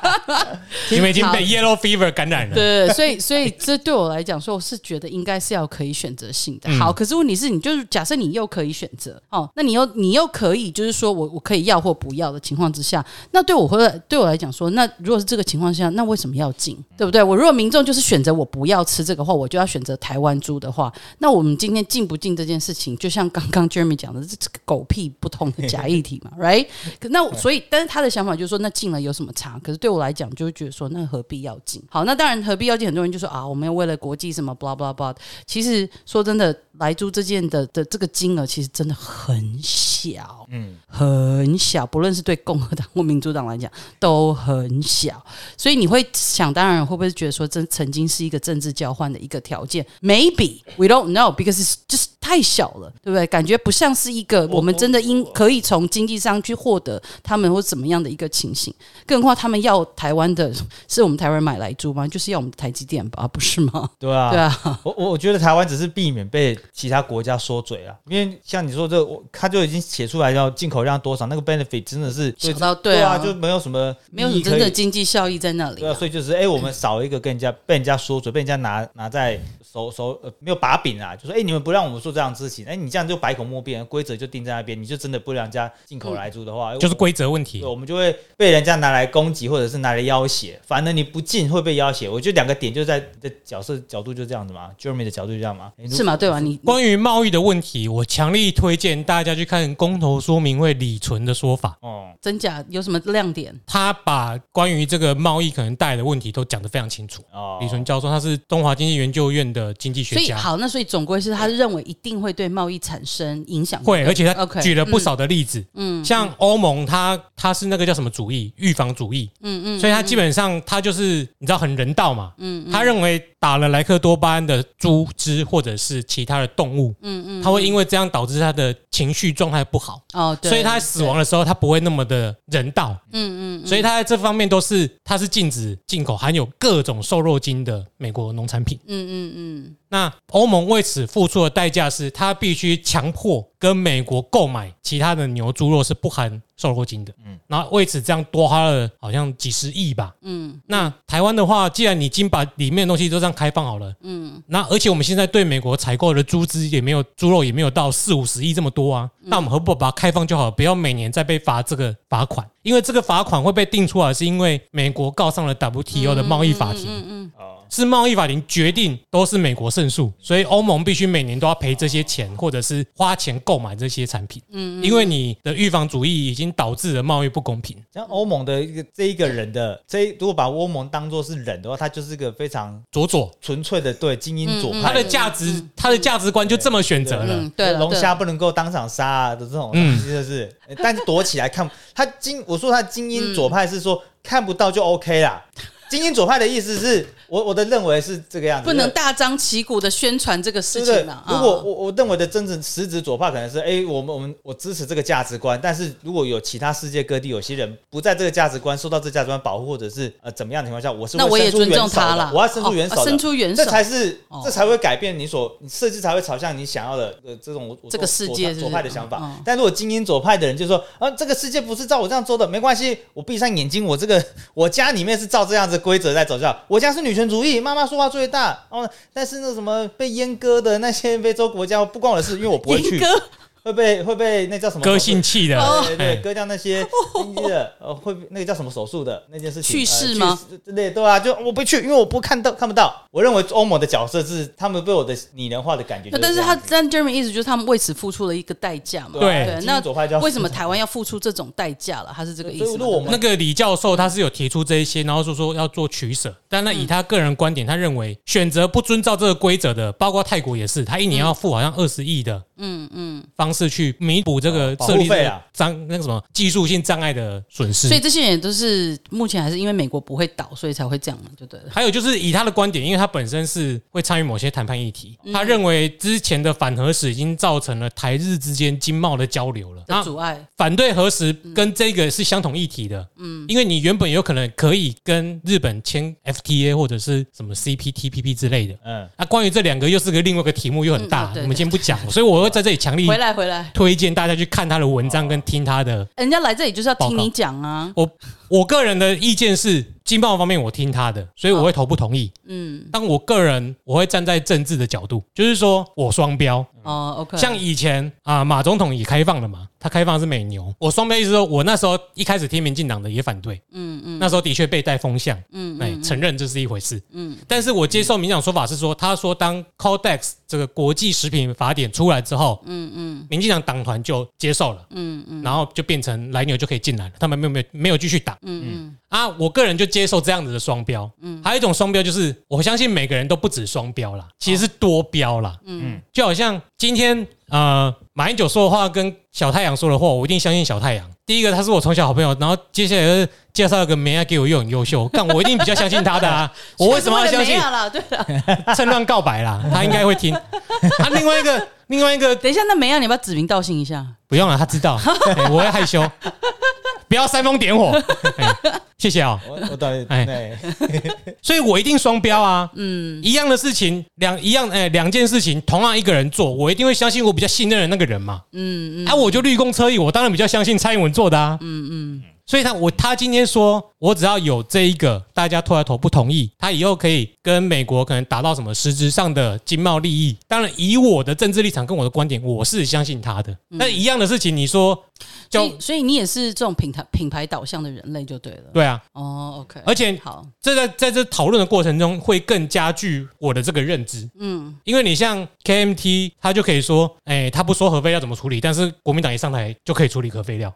你们已经被 yellow fever 感染了。对，所以所以这对我来讲说，我是觉得应该是要可以选择性的。嗯好，可是问题是你就是假设你又可以选择哦，那你又你又可以就是说我我可以要或不要的情况之下，那对我会对我来讲说，那如果是这个情况下，那为什么要进，对不对？我如果民众就是选择我不要吃这个话，我就要选择台湾猪的话，那我们今天进不进这件事情，就像刚刚 Jeremy 讲的，这这个狗屁不通的假议题嘛 ，right？可那我所以，但是他的想法就是说，那进了有什么差？可是对我来讲，就会觉得说，那何必要进？好，那当然何必要进？很多人就说啊，我们要为了国际什么 blah blah blah。其实说真的，莱猪这件的的这个金额，其实真的很小，嗯，很小，不论是对共和党或民主党来讲，都很小。所以你会想当然会不会觉得说，这曾经是一个政治交换的一个条件？Maybe we don't know because it's just 太小了，对不对？感觉不像是一个我们真的因可以从经济上去获得他们或怎么样的一个情形。更何况他们要台湾的，是我们台湾买来猪吗？就是要我们台积电吧，不是吗？对啊对啊，我我我觉得台湾只是避免被其他国家说嘴啊，因为像你说这，我他就已经写出来要进口量多少，那个 benefit 真的是小到对对啊就没有什么没有什意么义可真正的以经济效益在那里对啊，啊。所以就是哎、我们少一个跟人家被人家说嘴，被人家拿拿在手手、呃、没有把柄啊，就说哎、你们不让我们做这样的事情，哎、你这样就百口莫辩，规则就定在那边，你就真的不让人家进口来猪的话，哎就是我规则问题对，，我们就会被人家拿来攻击，或者是拿来要挟。反正你不进会被要挟。我觉得两个点就在的角色角度就这样子嘛，Jeremy 的角度就这样嘛。哎如是吗？对吧？啊你关于贸易的问题，我强力推荐大家去看公投说明会李纯的说法，哦，真假有什么亮点？他把关于这个贸易可能带来的问题都讲得非常清楚。哦李纯教授他是东华经济研究院的经济学所以家，好，那所以总归是他认为一定会对贸易产生影响，会，而且他 OK，举了不少的例子，嗯，像欧盟它，它是那个叫什么主义，预防主义，嗯嗯，所以它基本上它就是你知道很人道嘛，嗯，他认为打了莱克多巴胺的猪只或者是其他的动物，嗯嗯，它会因为这样导致它的情绪状态不好，哦，对所以它在死亡的时候它不会那么的人道，嗯嗯，所以它在这方面都是它是禁止进口含有各种瘦肉精的美国农产品。嗯嗯那欧盟为此付出的代价是，它必须强迫跟美国购买其他的牛猪肉是不含瘦肉精的。嗯，然后为此这样多花了好像几十亿吧。嗯那台湾的话，既然你已经把里面的东西都这样开放好了，嗯，那而且我们现在对美国采购的猪只也没有猪肉也没有到四五十亿这么多啊，那我们何不把它开放就好了，不要每年再被罚这个罚款，因为这个罚款会被定出来，是因为美国告上了 WTO 的贸易法庭，嗯哦，是贸易法庭决定都是美国胜诉，所以欧盟必须每年都要赔这些钱，或者是花钱购买这些产品。嗯，因为你的预防主义已经导致了贸易不公平，像欧盟的一个这一个人的这一如果把欧盟当做是人的话，他就是个非常佐佐。纯粹的对精英左嗯他派的价值，他的价值观就这么选择了嗯，。对了，龙对虾了，不能够当场杀啊的这种嗯东西，就是，呃但是躲起来看他精，我说他精英左派是说看不到就 OK 啦。精英左派的意思是我我的认为是这个样子，不能大张旗鼓的宣传这个对事不对情了。？如果啊我我认为的真正实质左派可能是，哎，我们我们我支持这个价值观，但是如果有其他世界各地有些人不在这个价值观受到这个价值观保护，或者是呃怎么样的情况下，我是会那我也伸出尊重援手的他啦我要伸出哦援手啊的，伸出援手这才是哦这才会改变你所你设计才会朝向你想要的呃这种我我这个世界左是左派的想法嗯嗯。但如果精英左派的人就说，啊，这个世界不是照我这样做的，没关系，我闭上眼睛，我这个 我家里面是照这样子规则在走下，我家是女权主义，妈妈说话最大。哦，但是那什么被阉割的那些非洲国家不关我的事，因为我不会严去，哥，会被会被那叫什么歌性气的，哦对对对，割掉那 些经济的，呃，会那个叫什么手术的那件事情，去世吗呃？去世之类，对啊，就我不去，因为我不看到看不到。我认为欧盟的角色是他们被我的拟人化的感觉就那这但样是他子，但 Jeremy 意思就是他们为此付出了一个代价嘛。对啊那精英左派就要为什么台湾要付出这种代价了？他是这个意所思以吗。如果我那个李教授他是有提出这一些，然后就说要做取舍。但嗯那以他个人观点，他认为选择不遵照这个规则的，包括泰国也是，他一嗯年要付好像二十亿的，嗯嗯，方式去弥补这个哦保护设立这费个啊障那个什么技术性障碍的损失所以。这些人也都是目前还是因为美国不会倒，所以才会这样嘛，就对了。还有就是以他的观点，因为他本身是会参与某些谈判议题，嗯他认为之前的反核使已经造成了台日之间经贸的交流了，的阻碍，反对核实嗯跟这个是相同议题的，嗯，因为你原本有可能可以跟日本签 FTA 或者是什么 CPTPP 之类的。嗯，那、关于这两个又是个另外一个题目，又很嗯大，对我们先不讲，所以我会在这里强力回来回来，推荐大家去看他的文章跟听他的。人家来这里就是要报告听你讲啊。我我个人的意见是，经贸方面我听他的，所以我会投不同意。嗯，但我个人我会站在政治的角度，就是说我双标，哦，OK，像以前啊、马总统也开放了嘛，他开放是美牛。我双标意思说，我那时候一开始听民进党的也反对，嗯嗯那时候的确被带风向，嗯哎、承认这是一回事。嗯，但是我接受民进党说法是说，他说当 Codex 这个国际食品法典出来之后，嗯嗯民进党党团就接受了，嗯嗯然后就变成来牛就可以进来了，他们没有没有没有继续打。嗯啊，我个人就接受这样子的双标。嗯，还有一种双标就是，我相信每个人都不止双标啦，其实是多标啦。嗯嗯，就好像今天呃，马英九说的话跟小太阳说的话，我一定相信小太阳。第一个，他是我从小好朋友，然后接下来就是介绍一个梅亚给我又很优秀，但我一定比较相信他的 啊。嗯，我为什么要所以相是为信了梅亚啦？对了，趁乱告白啦？他应该会听。啊，另外一个，另外一个等一下，那梅亚你要不要指名道姓一下？不用了，他知道， 哎我会害羞，不要煽风点火。哎谢谢哦。我我懂，哎对，所以我一定双标啊，嗯，一样的事情，两一样，哎、两件事情，同样一个人做，我一定会相信我比较信任的那个人嘛。嗯嗯啊，我就绿公车意，我当然比较相信蔡英文做的啊。嗯嗯所以他我他今天说，我只要有这一个，大家拖来头不同意，他以后可以跟美国可能达到什么实质上的经贸利益。当然，以我的政治立场跟我的观点，我是相信他的。那一样的事情，你说嗯所就以所以你也是这种品牌品牌导向的人类就对了。对啊，哦，OK，而且好，这在在这讨论的过程中，会更加剧我的这个认知。嗯，因为你像 KMT，他就可以说，哎、他不说核废料怎么处理，但是国民党一上台就可以处理核废料。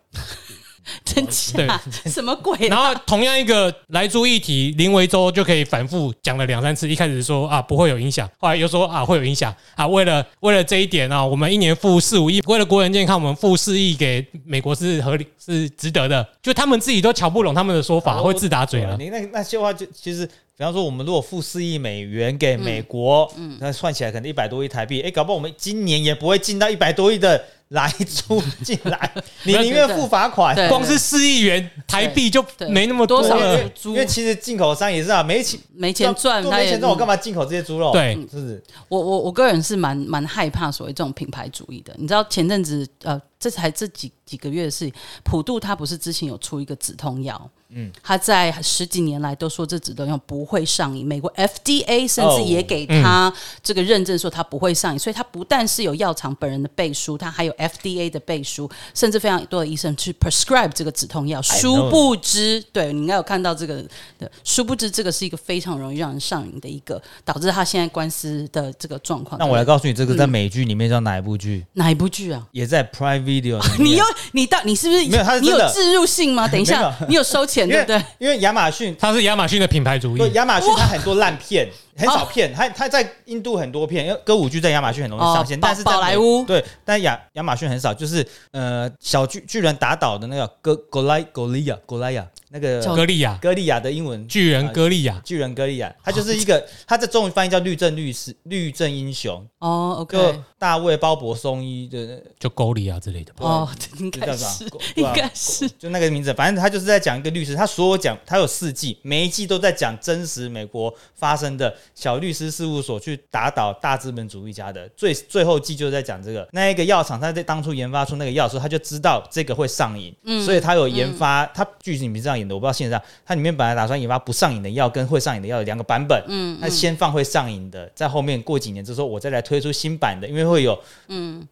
真假？什么鬼然啊？后同样一个来租议题，林维洲就可以反复讲了两三次，一开始说啊不会有影响，后来又说啊会有影响啊，为了为了这一点啊，我们一年付四五亿，为了国人健康，我们付四亿给美国是合理是值得的，就他们自己都瞧不拢他们的说哦法，我会自打嘴了。哦你那那些话就其实，比方说我们如果付四亿美元给美国，嗯那算起来可能一百多亿台币，哎，搞不好我们今年也不会进到一百多亿的来 租进来，你宁愿付罚款，对光是四亿元台币就对没那么多多少了人因，为猪因为其实进口商也是啊，没钱没钱赚，都他没也嗯钱赚，我干嘛进口这些猪肉？对是不是？我我我个人是蛮蛮害怕所谓这种品牌主义的。你知道前阵子呃，这才这几几个月的事情，普渡它不是之前有出一个止痛药，嗯，它在十几年来都说这止痛药不会上瘾，美国 FDA 甚至也给它这个认证说它不会上瘾，所以它不但是有药厂本人的背书，它还有 FDA 的背书，甚至非常多的医生去 prescribe 这个止痛药， know 殊不知，对你应该有看到这个对，殊不知这个是一个非常容易让人上瘾的一个，导致他现在官司的嗯这个状况。那我来告诉你，这个在美剧里面叫哪一部剧？哪一部剧 啊？也在 Prime Video 里 面你又你到你是不是没有它是你有真的置入性吗？等一下 没，有你有收钱因对不为对？因为亚马逊，他是亚马逊的品牌主 义对。亚马逊它很多烂片，很少片，它它在印度很多片，因为歌舞剧在亚马逊很容易上线，哦但是在宝宝莱美坞对，但亚亚马逊很少，就是呃小巨巨人打倒的那个哥格莱格利亚格莱亚那个叫哦歌利亚格利亚的英文巨人歌利亚，巨人格利亚，他就是一个，他的中文翻译叫律政律师、律政英雄，哦就，OK，大卫鲍勃松一的，就勾利亚之类的吧。哦，应就叫该什是 么？对应啊该是就那个名字，反正他就是在讲一个律师，他所有讲，他有四季，每一季都在讲真实美国发生的小律师事务所去打倒大资本主义家的，最最后季就在讲这个。那一个药厂，他在当初研发出那个药的时候，他就知道这个会上瘾，所以他有研发，他剧情里面是这样演的，我不知道现实上，他里面本来打算研发不上瘾的药跟会上瘾的药的两个版本，嗯，他先放会上瘾的，在后面过几年之后，我再来推出新版的，因为会有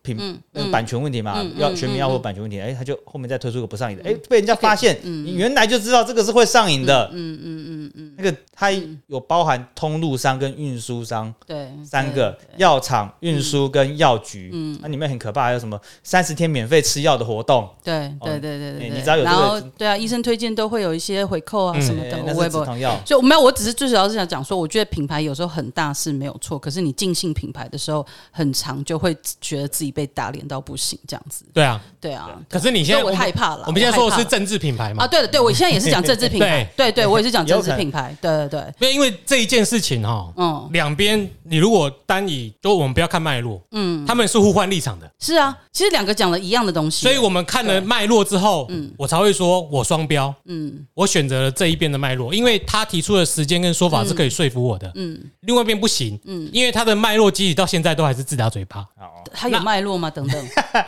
品、嗯那个版权问题嘛，要全民要或版权问题，哎、他就后面再推出个不上瘾的，哎、被人家发现，你原来就知道这个是会上瘾的，嗯嗯嗯嗯嗯，那个它有包含通路商跟运输商对三个药厂、运输跟药局，嗯，那、里面很可怕，还有什么三十天免费吃药的活动，对哦对对对对哎你对只要有然这个后对啊，医生推荐都会有一些回扣啊什么哎的，那我是也止不。痛 药。所以，我没有，我只是最主要是想讲说，我觉得品牌有时候很大是没有错，可是你尽信品牌的时候，很长就会觉得自己被打脸到不行，这样子。对啊，对啊，可是你现在所以我我害怕了。我们现在害说的怕是了政治品牌嘛啊，？对了，对我现在也是讲政治品 牌，对对，我也是讲政治品牌，对对对，没有，因为这一件事情哈，嗯，两边你如果单以就我们不要看脉络，嗯，他们是互换立场的，是啊，其实两个讲了一样的东西，所以我们看了脉络之后，我才会说我双标，嗯我选择了这一边的脉络，因为他提出的时间跟说法是可以说服我的，嗯，另外一边不行，嗯，因为他的脉络基底到现在都还是自打嘴 巴，好它有脉络吗？等 等，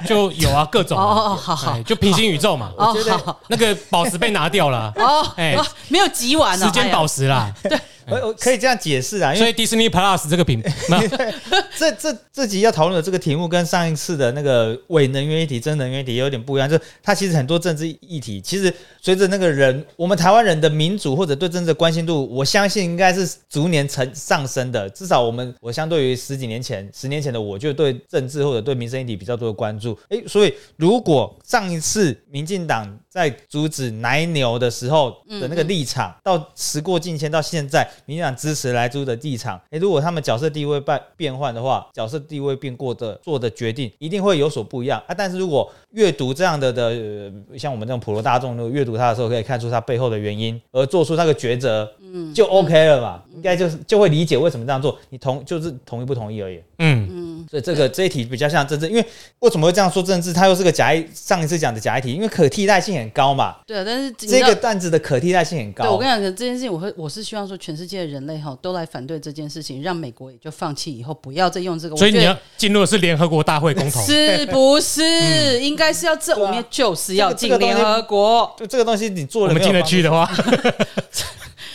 就有啊各种啊，哦哦好好哎就平行宇宙嘛，哦 觉得好那个宝石被拿掉了啊， 哦， 哎哇没有集完啊，时间宝石啦，哦我我可以这样解释啊，因所为以 Disney Plus 这个品， 这这这集要讨论的这个题目跟上一次的那个伪能源议题、真能源议题有点不一样，就是它其实很多政治议题，其实随着那个人，我们台湾人的民主或者对政治的关心度，我相信应该是逐年成上升的。至少我们，我相对于十几年前、十年前的我，就对政治或者对民生议题比较多的关注。诶，所以如果上一次民进党在阻止奶牛的时候的那个立场，到时过境迁到现在，民进党支持莱猪的立场，诶，如果他们角色地位变变换的话，角色地位变过的做的决定，一定会有所不一样啊。但是如果阅读这样的的、呃像我们这种普罗大众，如果阅读它的时候，可以看出它背后的原因，而做出那个抉择，嗯，就 OK 了嘛，应该就是就会理解为什么这样做。你同就是同意不同意而已。嗯，所以这个这一题比较像政治，因为为什么会这样说政治？它又是个假议，上一次讲的假议题，因为可替代性很高嘛。对啊，但是你知这道个担子的可替代性很对，我高跟。你讲，可这件事情，我会我是希望说，全世界的人类哈都来反对这件事情，让美国也就放弃，以后不要再用这个。所以我觉你得要进入的是联合国大会公投，是不是嗯应该是要这？对啊我们也就是要这进个这个联合国。就这个东西，你做我了们没有进得帮去的话，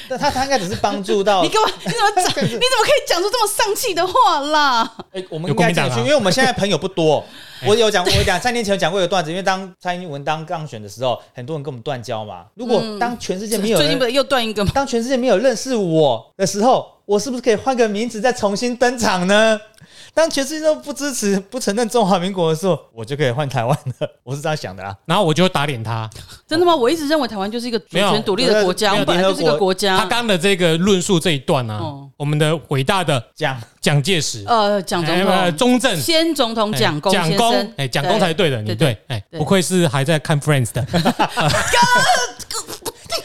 但他他应该只是帮助哦 到你。干嘛？你怎么 讲？你怎么可以讲出这么丧气的话啦？哎我们有应国该民进党啊哎得去，因为我们现在朋友 不多。我有讲，我讲三年前有讲过一个段子，因为当蔡英文当当选的时候，很多人跟我们断交嘛。如果当全世界没嗯有最近人不，是又断一个吗？当全世界没有认识我的时候，我是不是可以换个名字再重新登场呢？当全世界都不支持、不承认中华民国的时候，我就可以换台湾了。我是这样想的 啦。啊然后我就打脸他。真的吗？我一直认为台湾就是一个主哦没有权独立的国家，没我有们本来就是一联合个国国他家。刚的这个论述这一段呢、啊，啊哦我们的伟大的讲蒋介石，呃，蒋总哎统，中正。先总统哎蒋公蒋先公生，，哎，蒋公才对的，你对对，哎，对不愧是还在看 Friends 的，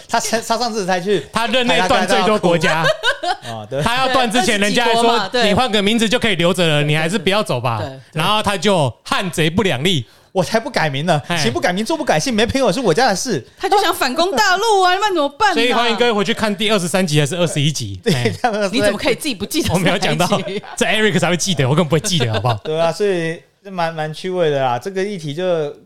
他他他上次才去他任内断最多国家，啊、对，他要断之前，对人家还那是几国说嘛对你换个名字就可以留着了，你还是不要走吧对对。然后他就汉贼不两立，我才不改名呢哎，行不改名，坐不改姓，没朋友是我家的事。他就想反攻大陆啊，那怎么办？所以欢迎各位回去看第二十三集还是二十一集。哎他们你怎么可以自己不记得？ 我没有讲到，这 Eric 才会记得，我根本不会记得，好不好？对啊，所以这蛮蛮趣味的啦。这个议题就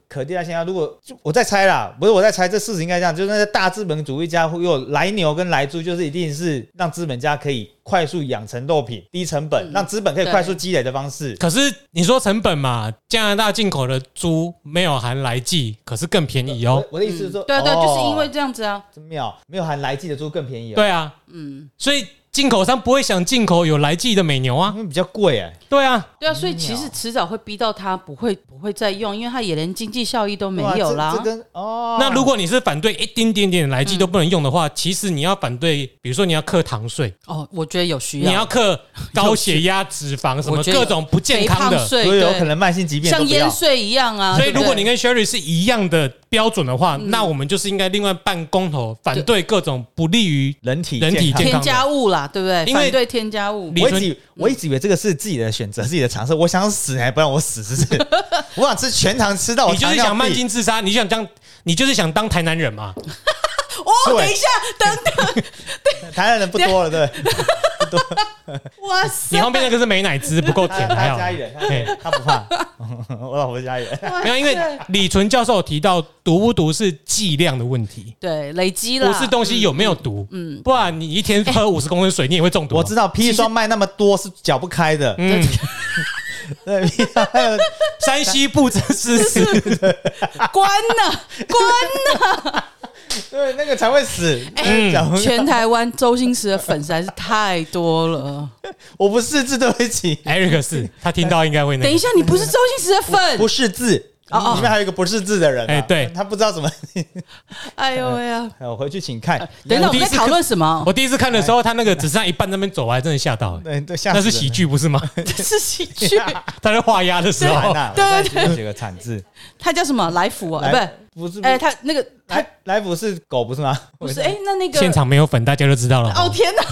可替代性啊，如果就我在猜啦，不是我在猜，这事实应该这样，就是那些大资本主义家会有来牛跟来猪，就是一定是让资本家可以快速养成肉品，低成嗯本，让资本可以快速积累的方式。 可是你说成本嘛，加拿大进口的猪没有含来剂，可是更便宜哦我。我的意思是说，对啊对啊，哦就是因为这样子啊。真妙，没有含来剂的猪更便宜、哦，对啊，嗯，所以进口商不会想进口有来剂的美牛啊因。为比较贵哎、对啊，对啊，所以其实迟早会逼到他不会不不会再用，因为它也连经济效益都没哇有啦。这这跟哦，那如果你是反对一丁点点来剂都不能用的嗯话，其实你要反对，比如说你要克糖税，哦，我觉得有需你要要。克高血压、脂肪什么我觉得各种不健肥康胖的。税所以有可对，能慢性疾病都像不要烟税一样啊。所以，对不嗯如果你对跟 Sherry 是一样的标准的话，那我们就是应该另外办公投，反对各种不利于人体人体健健康添康加的。物啦，对不对？因为反对添加物你，理我一论直以我一直以为这个是自己的选择，自己的尝试。我想死还不让我死，是不是？ 我想吃全糖，吃到我你就是哦糖尿想慢病性自杀，你想当，你就是想当台南人嘛？哦，对等一下，等等， 台南人不多了，对不对，哇你塞，旁边那个是美乃滋，不够 他甜，还他好。家里人，嘿他他不怕， 我老婆家里人。 哇没有，因为塞李纯教授有提到毒不毒是剂量的问题，对累积啦，不是东西有没有毒。嗯，不然你一天喝五十公升水，你也会中毒啊。我知道砒霜卖那么多是搅不开的，嗯，对， 砒霜还有山西布政司司， 关了，关对那个才会死。嗯搅 不了！开哎全台湾周星驰的粉实在是太多了。我不识字，对不起， Eric 是他听到应该会那等一个。下，你不是周星驰的不粉？识字。嗯哦哦里面还有一个不识字的人啊，哎对他不知道怎么。 哎呦喂呀！呃哎我回去请看。等等，我们第一在次讨论什么？我第一次看的时候，他那个只剩下一半那边走，我还真的吓到。欸对对，吓死那人是喜剧不 是吗？ 是喜剧，他在画押的时惨候，呐！对我哦对再写个惨字，他叫什么？来福啊？来不不是是，哎，他那个他来来福是狗不是吗？ 不是哎，那那个现场没有粉，大家就知道了。哦天哪！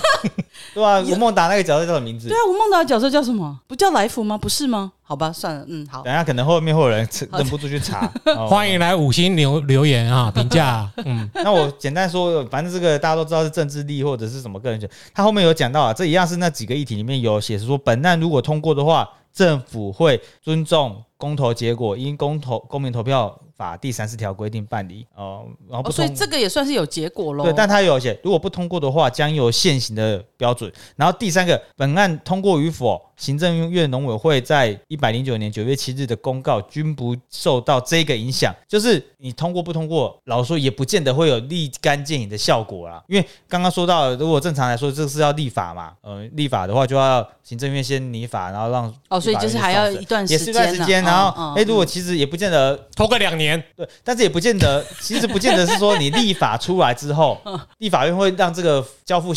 对啊，吴孟达那个角色叫什么名字对？啊，吴孟达的角色叫什么？不叫来福吗？不是吗？好吧，算了，嗯，好等。一下可能后面会有人吃好忍不住 去查。哦欢迎来五星留留言啊，评价啊。嗯，那我简单说，反正这个大家都知道是政治力或者是什么个人权。他后面有讲到啊，这一样是那几个议题里面有写说，本案如果通过的话，政府会尊重公投结果，因公投公民投票法第三十条规定办理。哦、然后不哦，所通、以这个也算是有结果喽。对，但他有写，如果不通过的话，将有现行的标准。然后第三个，本案通过与否，行政院农委会在一百零九年九月七日的公告均不受到这个影响。就是你通过不通过，老实说也不见得会有立竿见影的效果啦。因为刚刚说到，如果正常来说，这是要立法嘛，呃，立法的话就要行政院先拟法，然后让哦所以立法院就是去还要送审一段也时是一段间时啊间。然后，哎、嗯嗯如果其实也不见得拖个两年，对，但是也不见得，其实不见得是说你立法出来之后， 立法院会让这个交付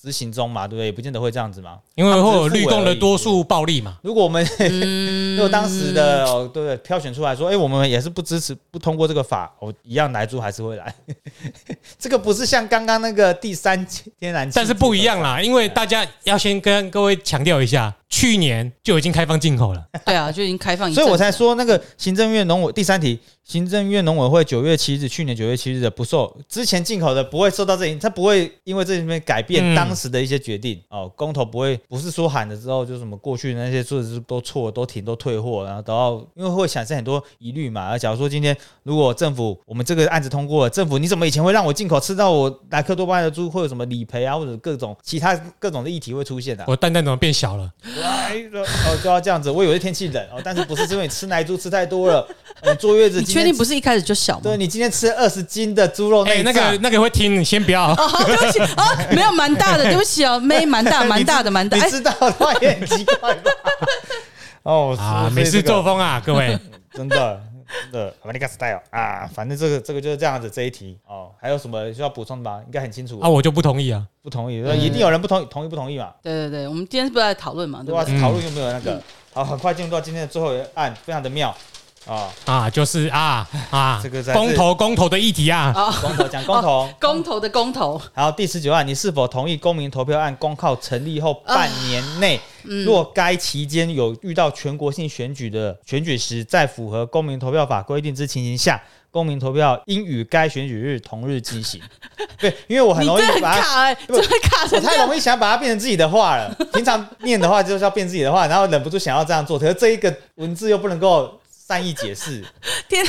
执行中嘛，对不对？也不见得会这样子嘛。因为会有绿共的多数暴力嘛。如果我们、嗯 如果当时嗯的、哦、对不对票选出来说，哎，我们也是不支持不通过这个法，我、一样来猪还是会来。 这个不是像刚刚那个第三天然气，但是不一样啦，因为大家要先跟各位强调一下，去年就已经开放进口了。 对啊，就已经开放一所阵以子，我才说那个行政院农委第三题，行政院农委会九月七日，去年九月七日的不受之前进口的不会受到这影，它不会因为这里面改嗯变当时的一些决定、哦，公投不会不是说喊了之后就什么过去那些措施都错都停都退货，然后都要因为会产生很多疑虑嘛。而假如说今天如果政府我们这个案子通过了，政府你怎么以前会让我进口吃到我莱克多巴胺的猪会有什么理赔啊，或者各种其他各种的议题会出现的、啊？我蛋蛋怎么变小了？哎，哦，就要这样子。我以为是天气冷哦，但是不是是因为你吃奶猪吃太多 了？你坐月子，你确定不？是一开始就小吗对？你今天吃二十斤的猪肉哎、内那脏，个那个会听，你先不要。 啊哦，好对不起，哦，没有蛮大的，对不起哦， 妹蛮大，蛮大的，蛮大。你哎，知道的话也很奇怪 吧？哦，啊，所以美式这个作风啊，各 位，真的真的 America style 啊，反正这个这个就是这样子这一题哦。还有什么需要补充的吗？应该很清楚啊，我就不同意啊。不同意，一定有人不同意，同意不同意嘛？对对对，我们今天是不是在讨论嘛？对对吧吧？？嗯讨论有没有那个？好，很快进入到今天的最后一案，非常的妙啊！啊，就是啊啊，这个才是公投公投的议题啊，啊，公投讲公投，哦公投的公投，然后第十九案，你是否同意公民投票案公告成立后半年内，嗯若该期间有遇到全国性选举的选举时，在符合公民投票法规定之情形下，公民投票应与该选举日同日进 行？对，因为我很你容易这很把它。卡哎，不这很卡我成这太样。容易想把它变成自己的话了。平常念的话就是要变自己的话，然后忍不住想要这样做，可是这一个文字又不能够善意解释，天，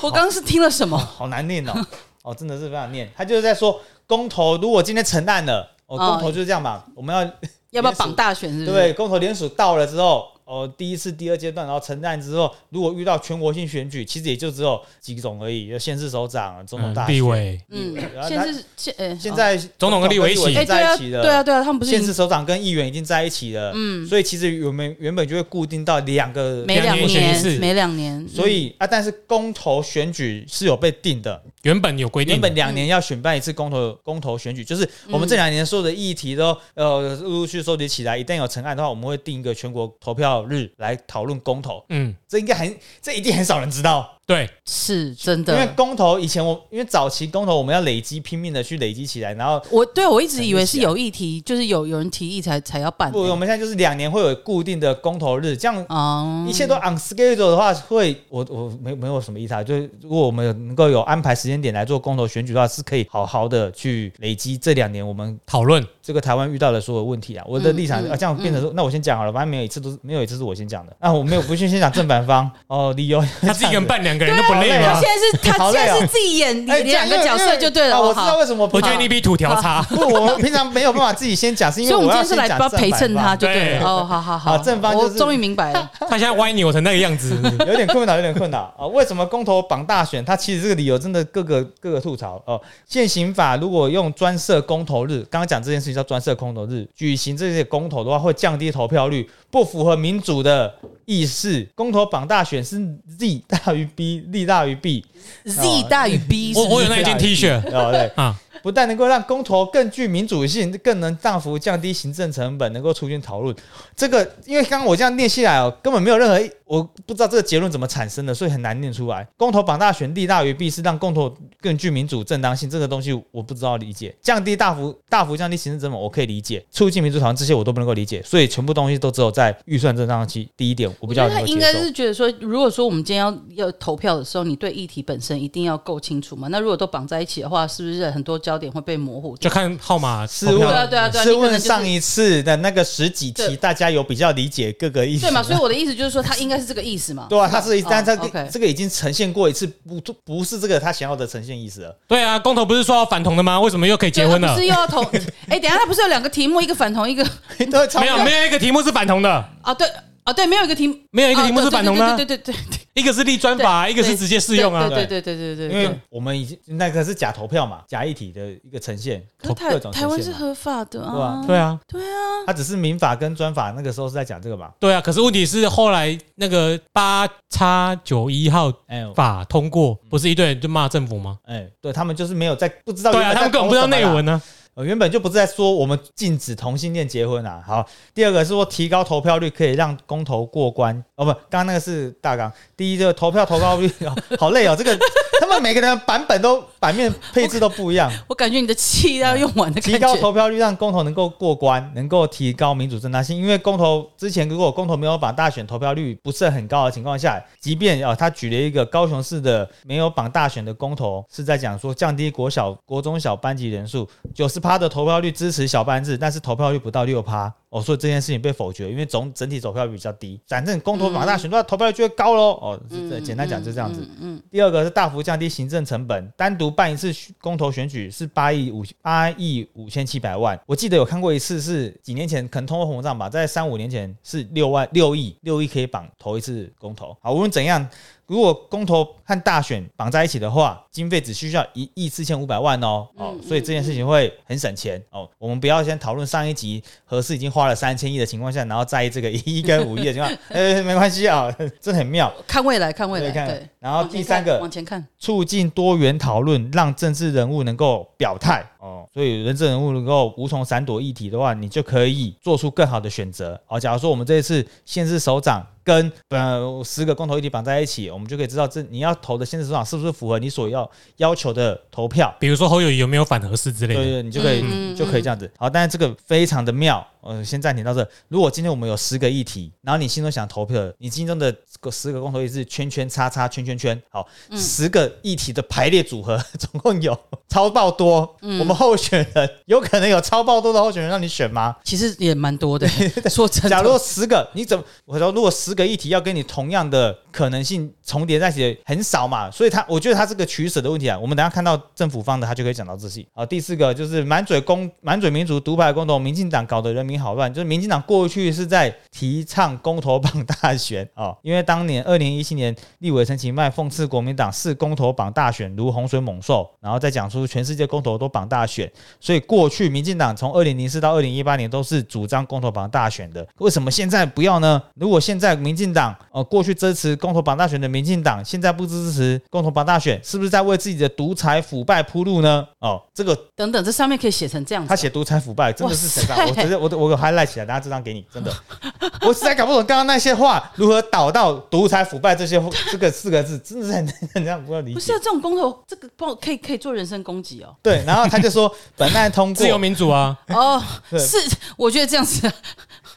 我刚刚是听了什么？好难念哦， 哦，真的是非常念。他就是在说公投，如果今天成案了，哦哦，嗯公投就是这样嘛，我们要要不要绑大选？是不是？对，公投联署到了之后，哦第一次、第二阶段，然后成案之后，如果遇到全国性选举，其实也就只有几种而已，有县市首长、总统嗯大立选。委，嗯然，后现他在是现呃现哦在总统跟立委一起哎，对在啊，一起了，对啊，对啊，他们不是县市首长跟议员已经在一起了，嗯，所以其实我们原本就会固定到两个，每两两年选一次每两年，所以啊，但是公投选举是有被定的，原本有规定原的，本两年要选办一次公投公投选举，就是我们这两年所有的议题都呃陆陆续续收集起来，一旦有成案的话，我们会定一个全国投票日来讨论公投。嗯，这应该很，这一定很少人知道，对，嗯是真因为的。公投以前我，因为早期公投我们要累积，拼命的去累积起来，然后我对我一直以为是有议题，就是有有人提议才才要办的啊不，我们现在就是两年会有固定的公投日，这样哦，一切都 on schedule 的话，会我我没没有什么意思啊。就是如果我们有能够有安排时间点来做公投选举的话，是可以好好的去累积这两年我们讨论这个台湾遇到的所有问题啊。我的立场、嗯嗯啊，这样变成说，那我先讲好了，反正没有一次都是没有一次是我先讲的。那、我没有不去先讲正 反方哦，理由他自己一个人办两个人都不累对啊他吗现？在是他好现累哦在是自己演 哎两这个样角色就对因为了。啊哦我知道好，为什么不我觉得你比土条 差，不，我们平常没有办法自己先讲，是因所以为我们今要天是先来讲帮正陪衬反他方就对了。对哦，好好好，好啊正方就我是终于明白 了。他现在歪扭成那个样子，有点困扰，有点困扰啊、为什么公投绑大选？它其实这个理由真的各个各个吐槽哦、现行法如果用专设公投日，刚刚讲这件事情叫专设公投日，举行这些公投的话，会降低投票率，不符合民主的意识。公投绑大选是 Z 大于 B，利大于弊。 Z 大于 B，我是不我是有那一件 T 恤哦，对，啊，不但能够让公投更具民主性，更能大幅降低行政成本，能够促进讨论。这个，因为刚刚我这样念下来哦，根本没有任何，我不知道这个结论怎么产生的，所以很难念出来。公投榜大选利大于弊是让公投更具民主正当性，这个东西我不知道理解。降低大幅大幅降低行政成本，我可以理解；促进民主讨论这些我都不能够理解，所以全部东西都只有在预算正当期第一点，我比我觉较得他能够应接该受。是觉得说，如果说我们今天要要投票的时候，你对议题本身一定要够清楚嘛。那如果都绑在一起的话，是不是很多焦点会被模糊？就看号码试投问，票对啊对啊对啊试你可能问就是上一次的那个十几期，对大家有比较理解各个意思对嘛？所以我的意思就是说，他应该是这个意思嘛。 对啊，他是一，哦但他这 OK 个这个已经呈现过一次，不不是这个他想要的呈现意思了。 对啊，公投不是说要反同的吗？为什么又可以结婚对他了不？是又要 同？哎，等一下他不是有两个题目，一个反同，一个对，超没有，没有一个题目是反同的，啊对啊对，没有一个 题目，没有一个题目啊是反同的啊对对对对对对一个是立专对法，一个是直接适用啊。对对对对对因对为对。我们已经那个是假投票嘛，假议题的一个呈现，可是各台种呈现嘛台湾是合法的对啊啊，对啊，他只是民法跟专法那个时候是在讲这个吧？对啊。可是问题是后来那个八叉九一号哎法通过，不是一堆人就骂政府吗？哎，对他们就是没有在不知道对原啊，来他们在根搞本不知道什么内啦文呢。呃，原本就不是在说我们禁止同性恋结婚啊。好，第二个是说提高投票率可以让公投过关。哦，不，刚刚那个是大纲。第一个投票投高率，哦好累哦，这个 他们每个人的版本都版面配置都不一样。我感觉你的气要用完的啊提感高觉。投票率，让公投能够过关，能够提高民主正当性。因为公投之前，如果公投没有绑大选，投票率不是很高的情况下，即便啊、呃他举了一个高雄市的没有绑大选的公投，是在讲说降低国小、国中小班级人数，九十趴的投票率支持小班制，但是投票率不到六趴。哦，所以这件事情被否决，因为总整体投票率比较低。反正公投绑大选的话，投票率就会高喽。哦，是这简单讲就这样子。嗯，第二个是大幅降低行政成本，单独办一次公投选举是八亿五八亿五呃千七百万。我记得有看过一次是几年前，可能通货膨胀吧，在三五年前是六万六亿六亿可以绑投一次公投。好，无论怎样，如果公投和大选绑在一起的话，经费只需要一亿四千五百万哦哦，所以这件事情会很省钱哦。我们不要先讨论上一集合适已经花了三千亿的情况下，然后在意这个一亿跟五亿的情况，呃，没关系啊，真的很妙。嗯看未来，看未来，对看对。然后往前第三个看往前看，促进多元讨论，让政治人物能够表态哦。所以人政人物能够无从闪躲议题的话，你就可以做出更好的选择。好、假如说我们这一次县市首长跟呃十个公投议题绑在一起，我们就可以知道这你要投的县市首长是不是符合你所要要求的投票。比如说侯友宜有没有反合适之类对的，对，你就可以、嗯你就可以这样子。好，但是这个非常的妙。呃，先暂停到这。如果今天我们有十个议题，然后你心中想投票的，你心中的十个公投议题是圈圈叉叉圈圈圈，好，嗯十、个议题的排列组合 总共有超爆多。嗯我们候选人有可能有超爆多的候选人让你选吗？其实也蛮多 的。说 真的，假如十个，你怎么？我说如果十个议题要跟你同样的可能性重叠在一起，很少嘛。所以他，我觉得他这个取舍的问题啊，我们等一下看到政府方的，他就可以讲到这些。好，第四个就是满嘴公满嘴民主独白公投，民进党搞得人民民好乱，就是民进党过去是在提倡公投榜大选哦，因为当年二零一七年立委陈其迈讽刺国民党视公投榜大选如洪水猛兽，然后再讲出全世界公投都榜大选，所以过去民进党从二零零四到二零一八年都是主张公投榜大选的，为什么现在不要呢？如果现在民进党呃过去支持公投榜大选的民进党，现在不支持公投榜大选，是不是在为自己的独裁腐败铺路呢？哦，这个等等，这上面可以写成这样子。他写独裁腐败真的是神哇上，塞我觉得我我有 highlight 起来，拿这张给你，真的， 我实在搞不懂刚刚那些话如何导到独裁腐败这些 这个四个字，真的是很很让不要理不解是啊，。这种公投，这个不可以可以做人身攻 击哦。对，然后他就说本案 通自由过，民主啊，哦，对是，我觉得这样子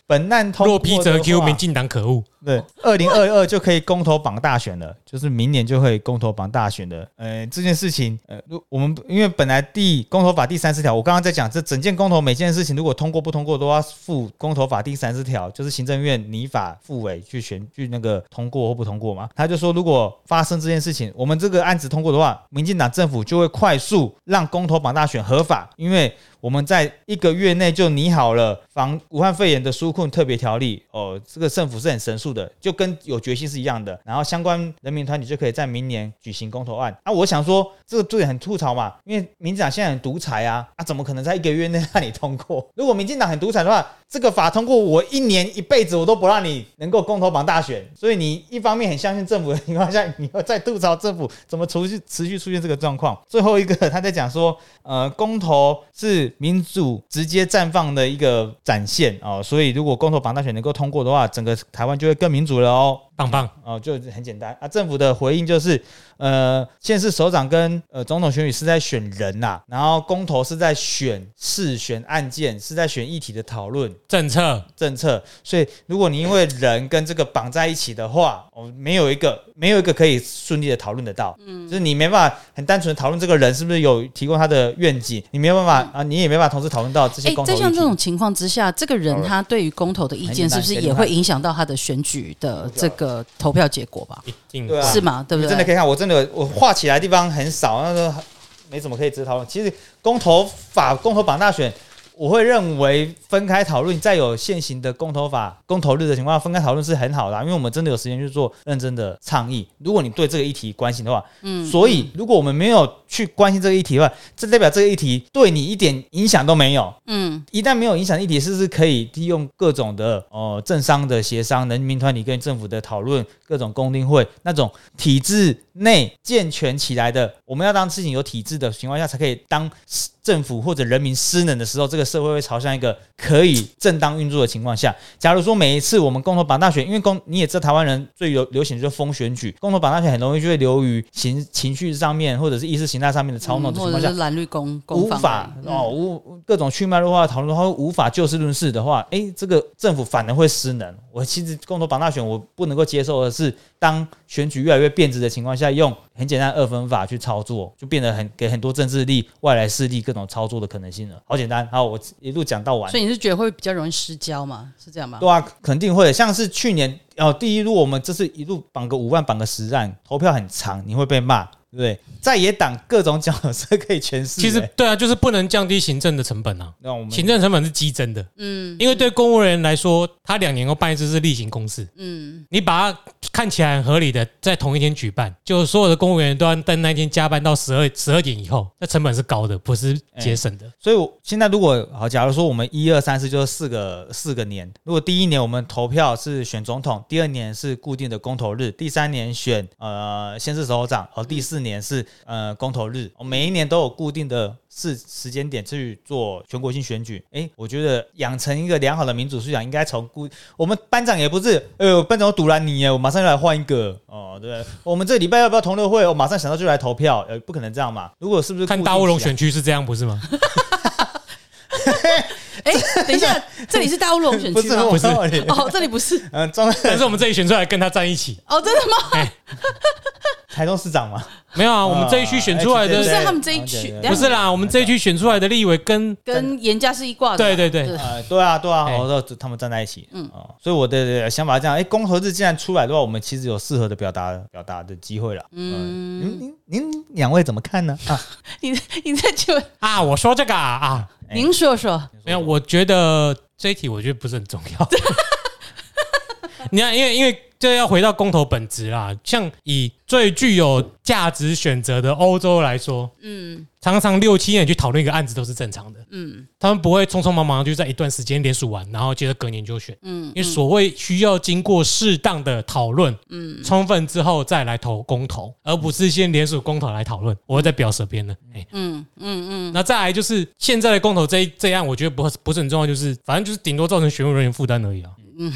本案通过若的话，批则 Q，民进党可恶。对，二零二二就可以公投榜大选了， 就是明年就会公投榜大选了。呃，这件事情，呃，如我们因为本来第公投法第三十条，我刚刚在讲这整件公投每件事情，如果通过不通过都要附公投法第三十条，就是行政院拟法副委去选去那个通过或不通过嘛。他就说，如果发生这件事情，我们这个案子通过的话，民进党政府就会快速让公投榜大选合法，因为我们在一个月内就拟好了防武汉肺炎的纾困特别条例哦，这个政府是很神速的，就跟有决心是一样的。然后相关人民团体就可以在明年举行公投案啊。我想说，这个对很吐槽嘛，因为民进党现在很独裁啊，啊，怎么可能在一个月内让你通过？ 如果民进党很独裁的话，这个法通过，我一年一辈子我都不让你能够公投榜大选。所以你一方面很相信政府的情况下，你又在吐槽政府怎么持续持续出现这个状况。最后一个他在讲说，呃，公投是民主直接绽放的一个展现哦，所以如果公投榜大选能够通过的话，整个台湾就会更民主了哦。棒棒，哦，就很简单啊。政府的回应就是，呃，县市首长跟呃总统选举是在选人呐、然后公投是在选事、选案件，是在选议题的讨论。政策政策，所以如果你因为人跟这个绑在一起的话，哦，没有一个没有一个可以顺利的讨论得到，嗯，就是你没办法很单纯地讨论这个人是不是有提供他的愿景，你没有办法、啊，你也没办法同时讨论到这些哎公，投在议题。像这种情况之下，这个人他对于公投的意见，是哎不是也会影响到他的选举的这个投票结果吧？一定对啊是吗？对不你真的对？可以看，我真的有我画起来的地方很少，那个没怎么可以值讨论。其实公投法、公投榜大选，我会认为分开讨论，在有现行的公投法、公投日的情况下，分开讨论是很好的啊、因为我们真的有时间去做认真的倡议。如果你对这个议题关心的话，嗯，所以如果我们没有去关心这个议题的话，这代表这个议题对你一点影响都没有。嗯，一旦没有影响议题，是不是可以利用各种的呃政商的协商、人民团体跟政府的讨论、各种公听会那种体制内健全起来的？我们要当事情有体制的情况下，才可以当政府或者人民失能的时候，这个社会会朝向一个可以正当运作的情况下。假如说每一次我们公投榜大选，因为公你也知道台湾人最流流行就是疯选举，公投榜大选很容易就会流于情情绪上面或者是意识形态上面的操弄的情或况者下是，蓝绿公公嗯无方法案哦，，无各种去脉络化的讨论的话，无法就事论事的话，诶，这个政府反而会失能。我其实公投榜大选，我不能够接受的是，当选举越来越变质的情况下，用很简单的二分法去操作，就变得很给很多政治力、外来势力各种操作的可能性了。好简单，好，我一路讲到完嗯所。以你是觉得会比较容易失焦嘛？是这样吗？对啊，肯定会的。像是去年哦，第一路我们这次一路绑个五万，绑个十万，投票很长，你会被骂，对不对？在野党各种角色可以诠释、其实诶对啊，就是不能降低行政的成本啊。那我们行政成本是激增的，嗯因为对公务人员来说，他两年后办一次是例行公事，嗯，你把它看起来很合理的在同一天举办，就所有的公务员都要在那一天加班到十二十二点以后，那成本是高的，不是节省的。所以我现在如果好，假如说我们一二三四就是四个四个年，如果第一年我们投票是选总统，第二年是固定的公投日，第三年选呃先是首长，哦，第四年是呃公投日，哦每一年都有固定的是时间点去做全国性选举。诶，我觉得养成一个良好的民主素养，应该从固我们班长也不是，哎呦，班长我堵拦你耶，我马上就来换一个哦，对不对？我们这礼拜要不要同乐会？我马上想到就来投票，呃，不可能这样嘛。如果是不是看固定大乌龙起来选区是这样，不是 吗？哎，等一下，这里是大乌龙选不区是吗？ 不是，哦，这里不是嗯，中但是我们这里选出来跟他站一起，哦，真的 吗？台中市长嘛，没有啊？我们这一区选出来对不哎是的对他们这一对区对，等一下对不是啦，我们这一区选出来的立委跟跟严家是一挂的哦对嘛。对对呃，对啊，对啊，哎我说他们站在一起，嗯，所以我的想法是这样，哎，公投日既然出来的话，我们其实有适合的表达表达的机会了，嗯，您您您两位怎么看呢？ 啊，你你在就啊，我说这个啊啊，哎您说说，没有，我觉得这一题我觉得不是很重要。 你看，因为因为这要回到公投本质啦，像以最具有价值选择的欧洲来说，嗯常常六七年去讨论一个案子都是正常的，嗯他们不会匆匆忙忙就在一段时间联署完，然后接着隔年就选，嗯因为所谓需要经过适当的讨论，嗯，充分之后再来投公投，而不是先联署公投来讨论。我在表舌边呢，哎、嗯嗯嗯，那再来就是现在的公投这一这样，我觉得不不是很重要，就是反正就是顶多造成选务人员负担而已啊。嗯，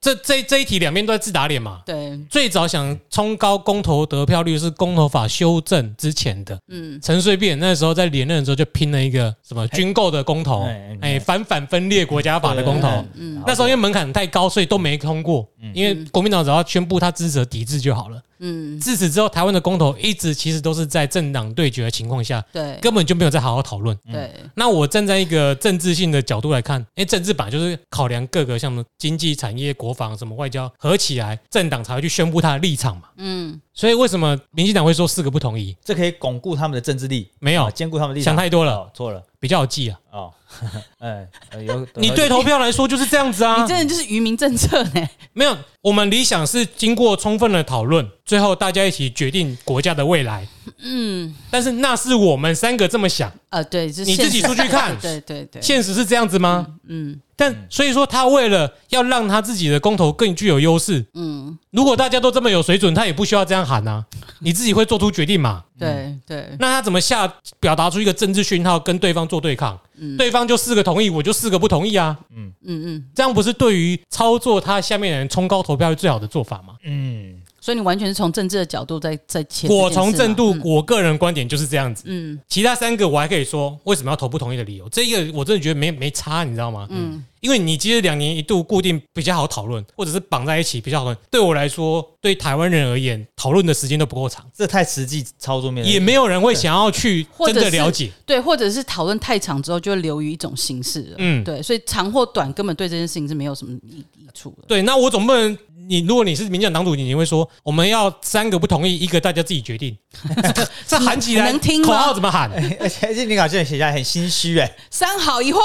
这这这一题两边都在自打脸嘛。对，最早想冲高公投得票率是公投法修正之前的，嗯陈水扁那时候在连任的时候就拼了一个什么军购的公投哎，哎，反反分裂国家法的公投。嗯那时候因为门槛太高，所以都没通过。因为国民党只要宣布他支持抵制就好了。嗯，自此之后，台湾的公投一直其实都是在政党对决的情况下，对根本就没有再好好讨论。对，那我站在一个政治性的角度来看，因为政治版就是考量各个项目、经济、产业、国防、什么外交合起来，政党才会去宣布他的立场嘛。嗯所以为什么民进党会说四个不同意？这可以巩固他们的政治力，没有啊兼顾他们的立哦场。想太多了，哦错了比较有记啊。哦， 哎，呃有 你对投票来说就是这样子啊你，真的就是渔民政策呢？没有。我们理想是经过充分的讨论，最后大家一起决定国家的未来。嗯，但是那是我们三个这么想，啊，对，就你自己出去看 对对对，现实是这样子吗？嗯但所以说，他为了要让他自己的公投更具有优势，嗯，如果大家都这么有水准，他也不需要这样喊啊，你自己会做出决定嘛？对对，那他怎么下表达出一个政治讯号跟对方做对抗？嗯对方就四个同意，我就四个不同意啊，嗯嗯，这样不是对于操作他下面的人冲高投票是最好的做法吗？嗯，所以你完全是从政治的角度在在切这件事嘛。我从政度，嗯我个人观点就是这样子。嗯其他三个我还可以说为什么要投不同意的理由，这一个我真的觉得没没差，你知道吗？嗯因为你其实两年一度固定比较好讨论，或者是绑在一起比较好讨论。对我来说，对台湾人而言，讨论的时间都不够长，这太实际操作面了也没有人会想要去 或真者的是了解。对，或者是讨论太长之后就会流于一种形式了。嗯，对，所以长或短根本对这件事情是没有什么益益处的。对。那我总不能你，如果你是民进党党主，你会说我们要三个不同意，一个大家自己决定， 这喊起来能听吗口号怎么喊？ 而且这你好像写下来很心虚哎，三好一坏，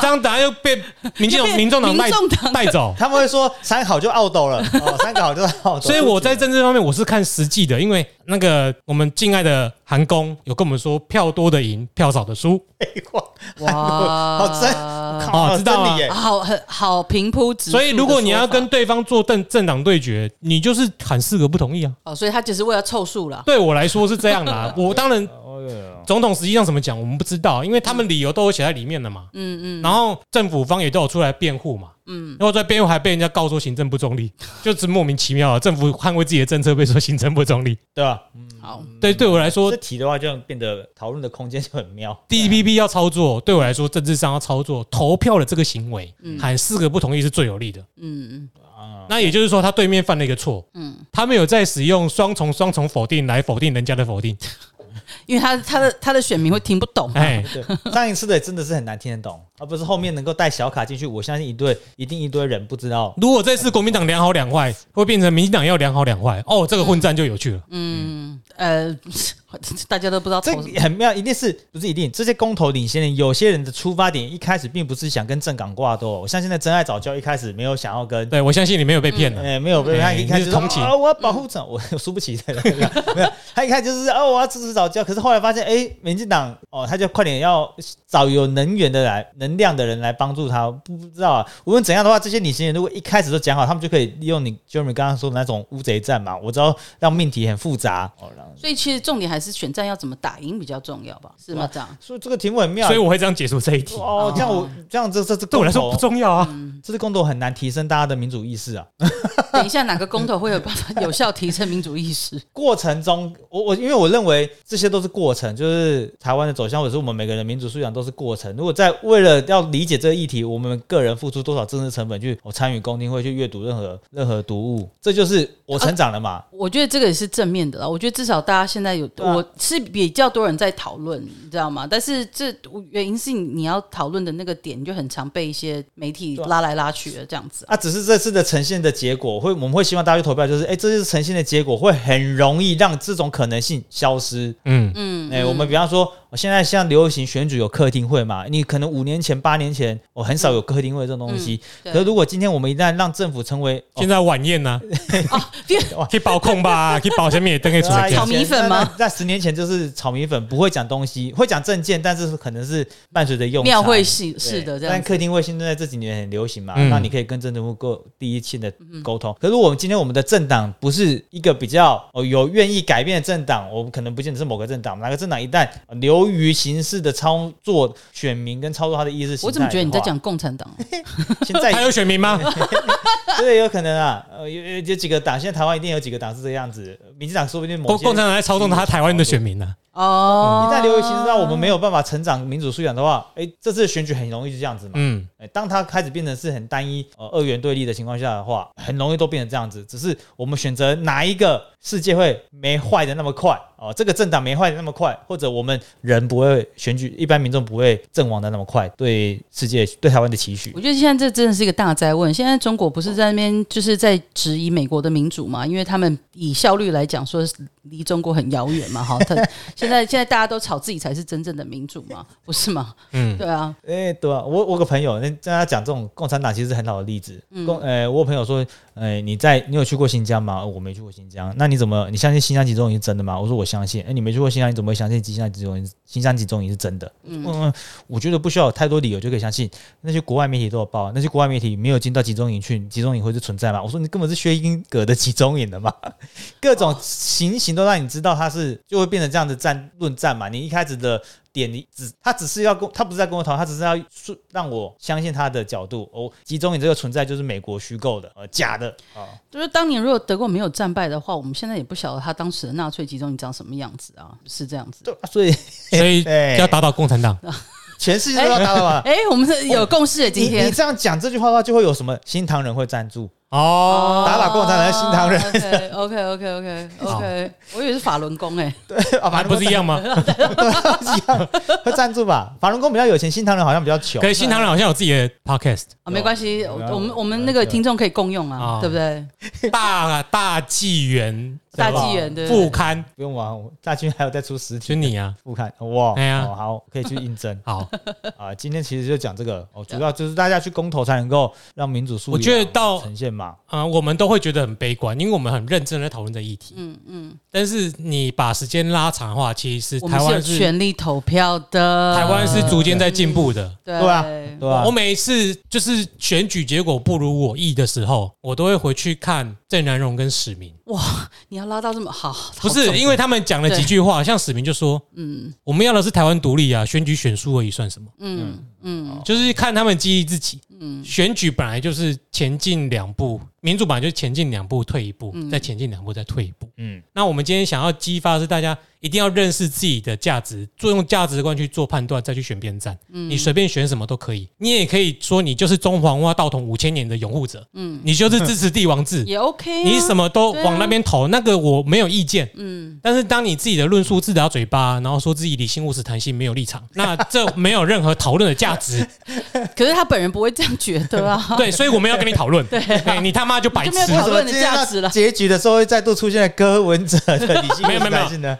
这样等下又 被民进又党、被民众党带民众党带 走。他们会说三好就 out 了，哦，三个好就 out。所以我在政治方面我是看实际的，因为那个我们敬爱的韩工有跟我们说，票多的赢，票少的输。废话， 哇，好真哦靠知道啊真理耶好很好平铺直述所的说法。以如果你要跟对方做政政党对决，你就是喊四个不同意啊。哦，所以他只是为了凑数啦。 对我来说是这 样啦，我当然哎哦哟总统实际上怎么讲我们不知道，因为他们理由都有写在里面的嘛。嗯嗯然后政府方也都有出来辩护嘛，嗯，然后在辩护还被人家告说行政不中立， 就是莫名其妙啊！政府捍卫自己的政策被说行政不中立，对吧？好，对对嗯我来说这题的话就变得讨论的空间就很妙。 ，DPP 要操作，对我来说政治上要操作投票的这个行为，嗯喊四个不同意是最有利的。嗯啊，那也就是说，他对面犯了一个错，嗯，他没有在使用双重双重否定来否定人家的否定。 因为他他的他的选民会听不懂。哎，对，上一次的真的是很难听得懂，而不是后面能够带小卡进去，我相信一堆一定一堆人不知 道。如果这次国民党两好两坏，会变成民进党要两好两坏，哦，这个混战就有趣了。嗯呃， 大家都不知道这投什么。很妙，一定是不是一定？这些公投领先人，有些人的出发点一开始并不是想跟政党挂钩。我相信那真爱早教一开始没有想要跟，对我相信你没有被骗了。哎、没有被他哎一开你始是说同情啊，我要保护政， 我我输不起的，没有，他一开始就是哦，我要支持早教，可是后来发现，哎、民进党哦，他就快点要找有能源的来、能量的人来帮助他，不知道啊。无论怎样的话，这些领先人如果一开始就讲好，他们 就可以利用你 Jeremy 刚刚说的那种乌贼战嘛，我知道让命题很复杂哦，然后所以其实重点还是选战要怎么打赢比较重要吧？是吗？这样所以这个题目很妙，所以我会这样解除这一题，哦，这样我这样这这这对我来说公不投重要啊。这次公投很难提升大家的民主意识啊。等一下哪个公投会有办法 有效提升民主意识？过程中，我我因为我认为这些都是过程，就是台湾的走向，或者是我们每个人的民主素养都是过程。如果在为了要理解这个议题，我们个人付出多少政治成本去我参与公听会去阅读任何任何读物，这就是我成长了嘛。我觉得这个也是正面的啦。我觉得至少大家现在有，啊我是比较多人在讨论，你知道吗？但是这原因是你你要讨论的那个点，你就很常被一些媒体对啊拉来拉去的这样子啊。啊，只是这次的呈现的结果会，我们会希望大家去投票，就是哎，这次呈现的结果会很容易让这种可能性消失。嗯，嗯，哎、我们比方说，我现在像流行选举有客厅会嘛，你可能五年前、八年前，我、很少有客厅会这种东西。嗯对可是如果今天我们一旦让政府成为，哦现在晚宴呢， 哦，变去包控吧，去包下面也登给出来啊哎炒讲。米粉吗那？那那十年前就是炒米粉，不会讲东西，会讲证件，但是可能是伴随着用庙会餐是是的，这但样子客厅会现在这几年很流行嘛，嗯那你可以跟政府沟第一线的沟通。可是我们今天我们的政党不是一个比较哦有愿意改变的政党，我们可能不见得是某个政党，哪个政党一旦呃流于形式的操作选民跟操作他的意识形态，我怎么觉得你在？讲共产党？现在 还有选民吗？对有可能啊，呃有有有几个党，现在台湾一定有几个党是这样子，民进党说不定某共些共产党在操纵他台湾的选民呢？啊哦， 一旦流于形式让我们没有办法成长民主素养的话，哎、这次的选举很容易就这样子嘛。嗯，哎，当它开始变成是很单一呃二元对立的情况下的话，很容易都变成这样子。只是我们选择哪一个世界会没坏的那么快哦、这个政党没坏的那么快，或者我们人不会选举，一般民众不会阵亡的那么快，对世界对台湾的期许我。觉得现在这真的是一个大灾问。现在中国不是在那边就是在质疑美国的民主嘛？因为他们以效率来讲，说是离中国很遥远嘛。哈， 他现在现在大家都吵自己才是真正的民主嘛，不是 吗？嗯，对啊，哎、对啊，我我有个朋友，那跟他讲这种共产党其实是很好的例子。共，呃，我有朋友说，呃，你在你有去过新疆吗？呃我没去过新疆，那你怎么你相信新疆集中营是真的吗？我说我相信。哎、你没去过新疆，你怎么会相信新疆集中营？新疆集中营是真的？嗯我觉得不需要有太多理由就可以相信。那些国外媒体都有报，那些国外媒体没有进到集中营去，集中营会是存在吗？我说你根本是薛英格的集中营的嘛， 各种情形都让你知道他是就会变成这样的战论战嘛。你一开始的点你只他只是要跟他不是在跟我讨论，他只是要说让我相信他的角度。哦，集中营这个存在就是美国虚构的，呃，假的哦啊。就是当年如果德国没有战败的话，我们现在也不晓得他当时的纳粹集中营长什么样子啊，是这样子。对， 所以所以哎要打倒共产党。全世界都要打了嘛。 哎、我们是有共哎识的，今你天你这样讲这句话的话，就会有什么新唐人会 赞助？哦，打打共产党的新唐人 OK OK OK OK 哦 OK，我以为是法轮功哎、啊，还反正不是一样吗？ 一样，会赞助吧？法轮功比较有钱，新唐人好像比较穷可。是新唐人好像有自己的 podcast，啊，没关系，有我啊我们有啊我们那个听众可以共用啊，啊对不对？大大纪元，大纪元对副刊，不用玩，我大军还有在出实就体你啊，副刊哇！哎呀哦，好，可以去应征好， 啊。今天其实就讲这个哦，对主要就是大家去公投才能够让民主素啊养我觉得到呈现嘛。啊、我们都会觉得很悲观，因为我们很认真地在讨论这议题。嗯嗯，但是你把时间拉长的话，其实我台们是有湾是权利呃投票的，台湾是逐渐在进步的。对对啊，对啊我，每一次就是选举结果不如我意的时候，我都会回去看郑南荣跟史明，你要拉到这么好，好不是重因为他们讲了几句话，像史明就说嗯我们要的是台湾独立啊，选举选输而已算什么？嗯嗯就是看他们激励自己。嗯选举本来就是前进两步，民主本来就是前进两步退一步，嗯再前进两步再退一步。嗯，那我们今天想要激发的是大家一定要认识自己的价值，作用价值观去做判断，再去选边站。嗯，你随便选什么都可以，你也可以说你就是中华文化道统五千年的拥护者，嗯你就是支持帝 王制，也 OK，啊哦你什么都往那边投，那个我没有意见。嗯但是当你自己的论述自打嘴巴，然后说自己理性务实弹性没有立场， 那这没有任何讨论的价值。可是他本人不会这样觉得啊， 对，所以我们要跟你讨论。对、你他妈就白你就痴没有。为讨什么论的今天价到值了结局的时候会再度出现柯文哲 的理性没有没有没有性呢？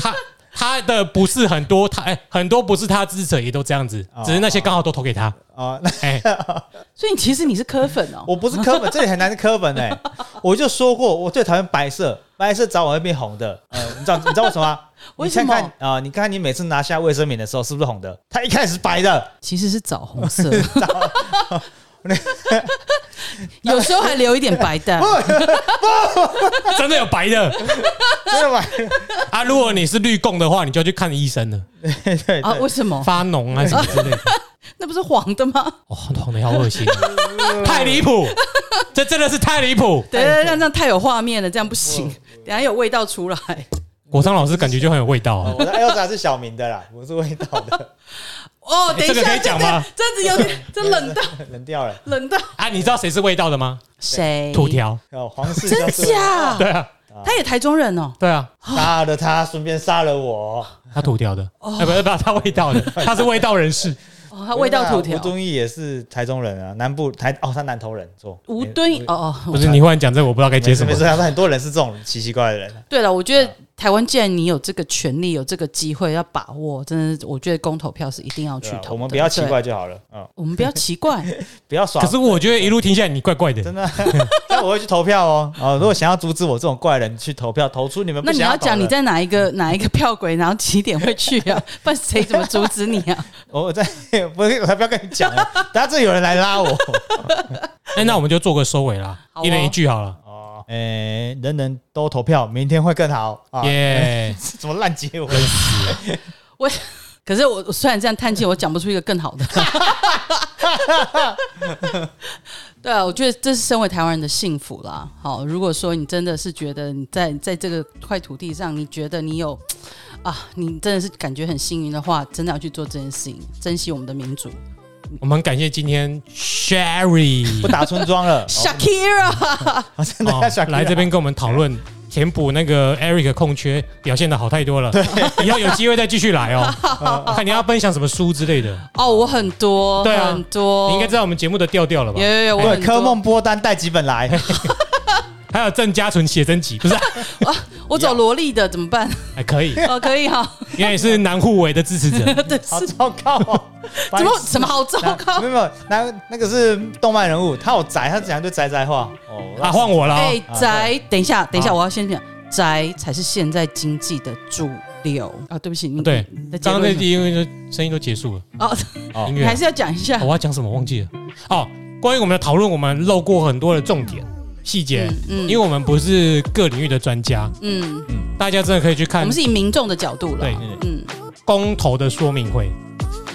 他他的不是很多，他哎、很多不是他支持者也都这样子，哦只是那些刚好都投给他。啊，那哎、所以其实你是科粉哦，我不是柯 粉，这里很难是柯粉哎、我就说过，我最讨厌白色，白色早晚会变红的。呃，你知道你知道为什么吗？ 为你什看么看啊、你看看你每次拿下卫生棉的时候是不是红的？它一开始是白的， 其实是枣红 色，有时候还留一点白的，真的有白的 真的吗？啊！如果你是绿共的话，你就要去看医生了，对对啊？为什么？发脓啊什么之 类的。那不是黄的吗？哦，黄的好恶心，太离谱，这真的是太离谱。对对，让这样太有画面了，这样不行，等下有味道出来。国昌老师感觉就很有味道、啊哦。我的 Elsa 是小明的啦，我是味道的， 哦，等一哎这个可下，以讲吗这个？这样子有点，这冷到冷掉了。冷到啊，你知道谁是味道的吗？谁？土，条。哦，黄世真钊是假？对啊，他也台中人哦。对啊，杀了他，顺便杀了我。他土条的，哦哎，不是不是他味 道的，他是味道人士。哦，他味道土条啊吴。敦义也是台中人啊，南部台哦，他南投人做。吴敦义，哦不哦，哎是你忽然讲这，个，我不知道该接没事什么没。事，他们很多人是这种奇奇怪怪的人。啊对了，我觉得台湾既然你有这个权利，有这个机会，要把握，真的，我觉得公投票是一定要去对啊投的。我们不要奇对，怪就好了，嗯，我们不要奇怪， 不要耍可。是我觉得一路听下来你怪怪的真，的， 但我会去投票哦。哦，如果想要阻止我这种怪人去投票，投出你们不那你想要搞的讲你在哪一个哪一个票轨，然后几点会去啊？ 不然谁怎么阻止你啊？我 我在不是，我才不要跟你讲啊 了，等下这有人来拉我。哎，那我们就做个收尾啦好，哦啊一人一句好了，哦，诶，人人都投票，明天会更好啊！耶！怎么烂结尾？可是我我虽然这样叹气，我讲不出一个更好的。 对啊，我觉得这是身为台湾人的幸福啦。好，如果说你真的是觉得你在在这个块土地上，你觉得你有啊，你真的是感觉很幸运的话，真的要去做这件事情，珍惜我们的民主。我们很感谢今天 Sherry 不打村 庄了， Shakira，哦真的要想来这边跟我们讨论。填补那个 Eric 空缺，表现的好太多了。 以后有机会再继续来 哦。看你要分享什么书之类的，哦，我很多，对啊很多，你应该知道我们节目的调调了吧有？有有，我对很多科梦波丹带几本 来，还有郑家纯写真集，不是、我走萝莉的怎么 办？还可以，哦，可以哈，因为你是南护委的支 持者。对，好是糟糕哦！怎么怎么 好糟那糕没？有没有，那那个是动漫人物，他有宅，他讲一堆宅宅话哦。啊，换我了、哎哦，宅，等一下，等一下，好我要先讲，宅才是现在经济的主流啊！对不起，你对你的结刚刚论是那集因为声音都结束了，哦，哦音你 乐、还是要讲一下哦。我要讲什么忘记了。哦，关于我们的讨论，我们漏过很多的重点细节，嗯因为我们不是各领域的专家，嗯，大家真的可以去我看们是以民众的角度了对，嗯，公投的说明会，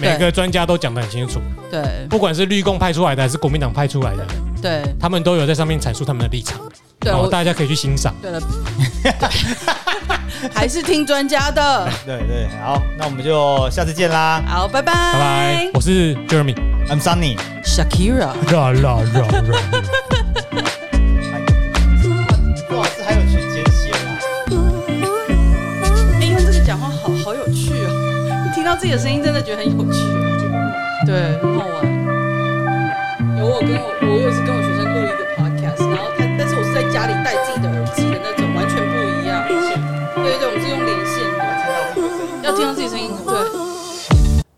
对每个专家都讲得很清楚，对不管是绿共派出来的还是国民党派出来的，对他们都有在上面阐述他们的立场，对，哦我大家可以去欣赏。对了， 对还是听专家的。对对，好，那我们就下次见啦。好，拜拜拜拜，我是 Jeremy， I'm Sunny。 ，Shakira。 啦啦啦啦。不好意思，还有去捡血啦。哎，用这个讲话好好有趣哦！你听到自己的声音，真的觉得很有趣。对，很好玩。有我跟我，我也是跟我嗯